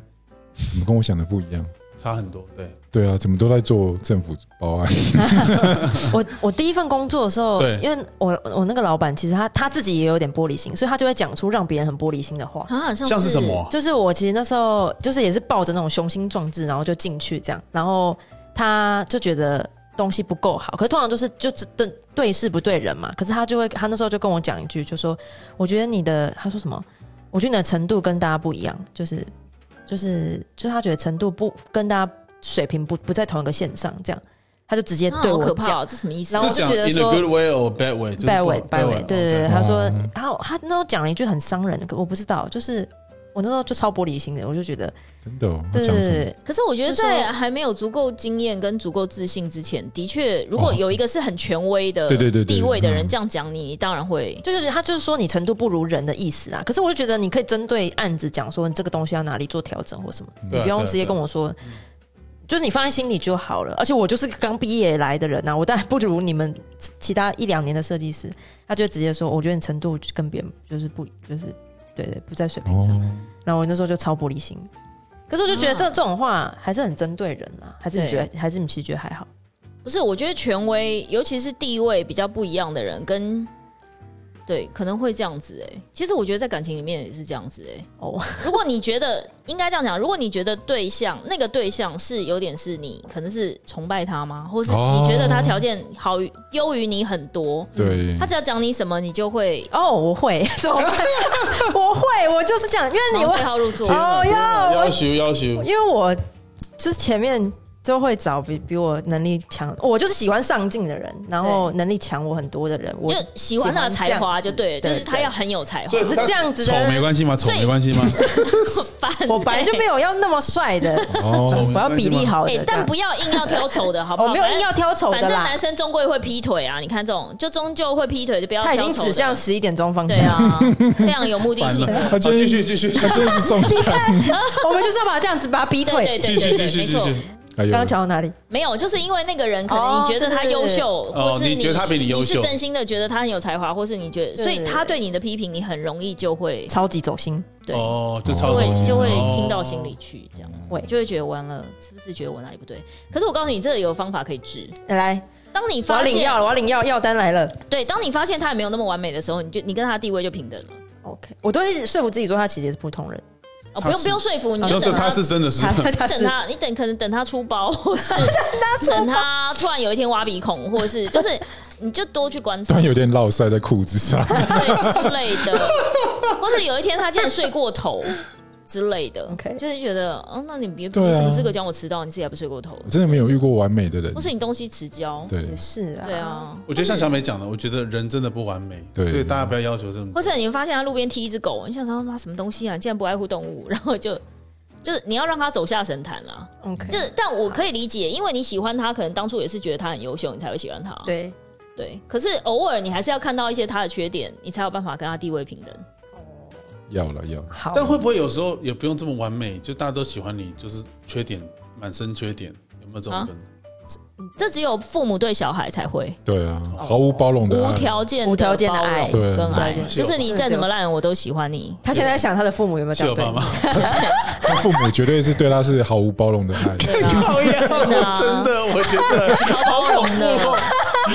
A: 怎么跟我想的不一样？
B: 差很多。对
D: 嗯
A: 对啊，怎么都在做政府包案？
D: 我我第一份工作的时候，
B: 对
D: 因为我我那个老板其实他他自己也有点玻璃心，所以他就会讲出让别人很玻璃心的话。
C: 啊，像
B: 像是什么？
D: 就是我其实那时候就是也是抱着那种雄心壮志，然后就进去这样，然后他就觉得东西不够好，可是通常就是就只对对事不对人嘛。可是他就会他那时候就跟我讲一句，就说我觉得你的他说什么，我觉得你的程度跟大家不一样，就是就是就是他觉得程度不跟大家水平不不在同一个线上，这样他就直接
C: 啊
D: 对
C: 好
D: 我
C: 可
D: 讲
C: 怕。哦，这什么意思
D: 然？后
B: 是
D: 我就
B: 讲
D: 觉得
B: in a
D: 说
B: good way or bad way，就是
D: 拜
B: 不
D: 尾拜尾，对对对，
B: OK
D: 他说
A: 哦，
D: 然后他那时候讲了一句很伤人的，可我不知道，就是我那时候就超玻璃心的，我就觉得，
A: 真的哦，他
D: 对
A: 讲
D: 对
A: 什么？
D: 对，
C: 可是我觉得
D: 就是说
C: 在还没有足够经验跟足够自信之前，的确，如果
A: 哦
C: 有一个是很权威的
A: 对对对对
C: 地位的人
A: 嗯
C: 这样讲你，你当然会。
D: 就是他就是说你程度不如人的意思啊。可是我就觉得你可以针对案子讲说你这个东西要哪里做调整或什么，
B: 对啊
D: 你不用直接跟我说。就是你放在心里就好了，而且我就是个刚毕业来的人呐、啊，我当然不如你们其其他一两年的设计师。他就直接说，我觉得你程度跟别人就是不就是对对不在水平上。
A: 哦，
D: 然后我那时候就超玻璃心，可是我就觉得这、
C: 啊
D: 这种话还是很针对人啦，还是你
C: 对
D: 觉得还是你其实觉得还好？
C: 不是，我觉得权威，尤其是地位比较不一样的人，跟对，可能会这样子哎、其实我觉得在感情里面也是这样子哎、
D: 哦，
C: 如果你觉得应该这样讲，如果你觉得对象那个对象是有点是你可能是崇拜他吗，或是
A: 哦嗯
C: 你觉得他条件好于优于你很多，
A: 哦对
C: 他，只要讲你什么，你就会
D: 哦，我会 怎么办？我会，我就是这样，因为你
C: 你
D: 会
C: 对，号入座。
D: 哦要
B: 啊要
D: 我
B: 求要求，
D: 因为我就是前面就会找比比我能力强，我就是喜欢上进的人，然后能力强我很多的人，我
C: 就喜欢他的才华就对了，
D: 对
C: 就是他要很有才华
B: 所以。
D: 我是
B: 他
D: 这样子
B: 丑
D: 的
B: 没关系吗？丑
C: 所以
B: 没关系吗？
C: 烦欸，
D: 我本来就没有要那么帅的，
A: 哦，
D: 我要比例好的
C: 哎，，
D: 这
C: 但
D: 样
C: 不要硬要挑丑的，好不
D: 我
C: 好？
D: 没有硬要挑丑
C: 反
D: 的
C: 正
D: 啦
C: 男，生终归会劈腿啊！你看这种，就终究会劈腿，就不要
D: 他
C: 挑
D: 已
C: 丑的。
D: 经指向十一点钟方向
C: 对，啊， 非常有目的
B: 反
C: 性
B: 了。，
A: 他今天
B: 继续继续
A: 他真的是中枪，
D: 我们就是要把他这样子把他逼
C: 对对对
D: 退。
B: 继续继
C: 对对，
B: 续
C: 没
B: 继
C: 错
B: 续，。
A: 哎呦
D: 刚刚，讲到哪里？
C: 没有，就是因为那个人可能
D: 哦
C: 你觉得他优秀，
B: 对对对
C: 或是
B: 哦你觉得他比你
C: 你
B: 优秀
C: 是真心的觉得他很有才华，或是你觉得，
D: 对
C: 所以他对你的批评，你很容易就会
D: 超级走心，
C: 对，
B: 哦，就
C: 就
B: 超
A: 走
C: 会
A: 心
C: 就会
B: 哦
C: 听到心里去，这样
D: 会
C: 就会觉得完了，是不是觉得我哪里不对？可是我告诉你，这有方法可以治。
D: 来，
C: 当你
D: 我要
C: 发
D: 领
C: 现
D: 药了，我要领药，药单来了。
C: 对，当你发现他也没有那么完美的时候，你就你跟他的地位就平等了。
D: OK，我都会说服自己说他其实也是普通人，
C: 哦，
B: 他
C: 不用
B: 是
C: 不用说服，你
B: 就
C: 就是等
B: 他是真的是
D: 他他
C: 等
D: 是
C: 他，你等可能等他出包，或是等他突然有一天挖鼻孔，或者是就是你就多去观
A: 突
C: 察
A: 然有点落塞在裤子上，
C: 对之类的，或是有一天他竟然睡过头之类的
D: OK
C: 就是觉得，嗯，那你别
A: 对啊
C: 你什么资格讲我迟到，你自己还不睡过头
A: 我，真的没有遇过完美的人
C: 或，是你东西迟交，
A: 对
D: 也是啊，
C: 对，啊，
B: 我觉得像小美讲的，我觉得人真的不完美，
A: 对
B: 所以大家不要要求这么多。
C: 或者你发现他路边踢一只狗，你想说妈什么东西啊，你竟然不爱护动物，然后就就是你要让他走下神坛啦。
D: ，OK，
C: 就但我可以理解，因为你喜欢他，可能当初也是觉得他很优秀，你才会喜欢他，
D: 对，
C: 对。可是偶尔你还是要看到一些他的缺点，你才有办法跟他地位平等。
A: 要了要了，
D: 好，
B: 但会不会有时候也不用这么完美？就大家都喜欢你，就是缺点满身缺点，有没有这种
C: 啊
B: 可能？
C: 这只有父母对小孩才会。
A: 对啊，毫无包容的
C: 无
A: 爱，
C: 条件
D: 无条件的爱
C: 包容跟
A: 啊对
C: 爱，
D: 对
C: 就是你再怎么烂，我都喜欢你。
D: 他现在想他的父母有没有
B: 是
D: 这
B: 有
D: 样对
B: 爸妈
D: 你？
A: 他父母绝对是对他是毫无包容的爱，
B: 靠呀！真
C: 的啊
B: 的，我觉得好恐怖哦！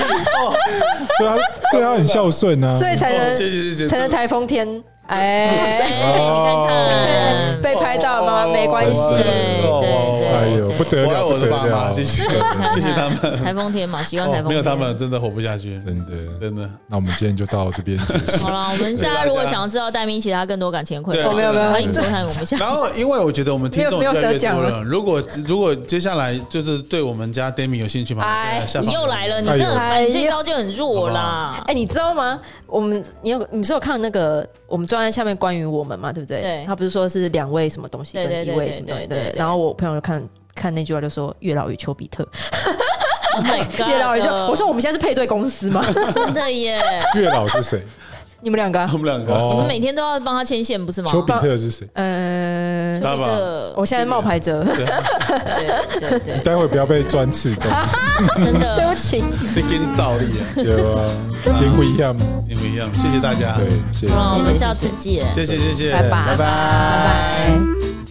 A: 所以他所以他很孝顺啊，
D: 所以才
B: 哦
D: 能
B: 谢谢谢谢，
D: 才能台风天，哎，
C: 哎，你看看，
D: 被拍到吗？
B: 哦
D: 没关系，
A: 对
B: 哦
C: 对对
A: 哎呦不得
B: 我爱
A: 了
B: 我
A: 不
B: 的
A: 得
B: 爸妈，
A: 了，
B: 谢谢 谢谢他们，
C: 台风天嘛，喜欢台
B: 哦
C: 风，
B: 没有他们。真的活不下去，
A: 真的。
B: 真的。
A: 那我们今天就到这边结束
C: 好。了，我们大家如果想知道戴咪其他更多感情困
B: 对
C: 扰，
B: 哦没有
D: 没有
C: 欢迎收看我们下。
B: 然后，因为我觉得我们听众
D: 没
B: 越
D: 有没有
B: 来越多
D: 得奖了
B: 了，如果如果接下来就是对我们家 Demi 有兴趣吗？
D: 哎
B: 对下方
C: 你 又来了，你
A: 哎
C: 真
A: 呦
C: 的很烦，你这招就很弱啦。
D: 哎，你知道吗？我们你有你是有看到那个我们专案下面关于我们嘛，对不对？
C: 对
D: 他不是说是两位什么东西
C: 对对
D: 跟一
C: 对
D: 位
C: 对
D: 什么东西，
C: 对对
D: 对。
C: 对
D: 然后我朋友就看看那句话就说月老与丘比特，
C: Oh my god！
D: 月老与丘，
C: 啊
D: 我说我们现在是配对公司吗？
C: 真的耶，
A: 月老是谁？
D: 你们两个啊，
B: 我们两个，
C: 我们
A: 哦，
C: 每天都要帮他牵线，不是吗？
A: 丘比特是谁？
D: 呃，
B: 他吧，
C: 的，
D: 我现在冒牌者，
C: 哦 对对对，
A: 待会不要被专刺中，
C: 真的
D: 对不起。
B: 这跟造诣啊，
A: 有啊，结婚一样吗？
B: 一定不一样。谢谢大家，
A: 对，谢谢。
C: 好了，我们下次见。
B: 谢谢谢谢，
D: 拜拜
B: 拜拜
D: 拜。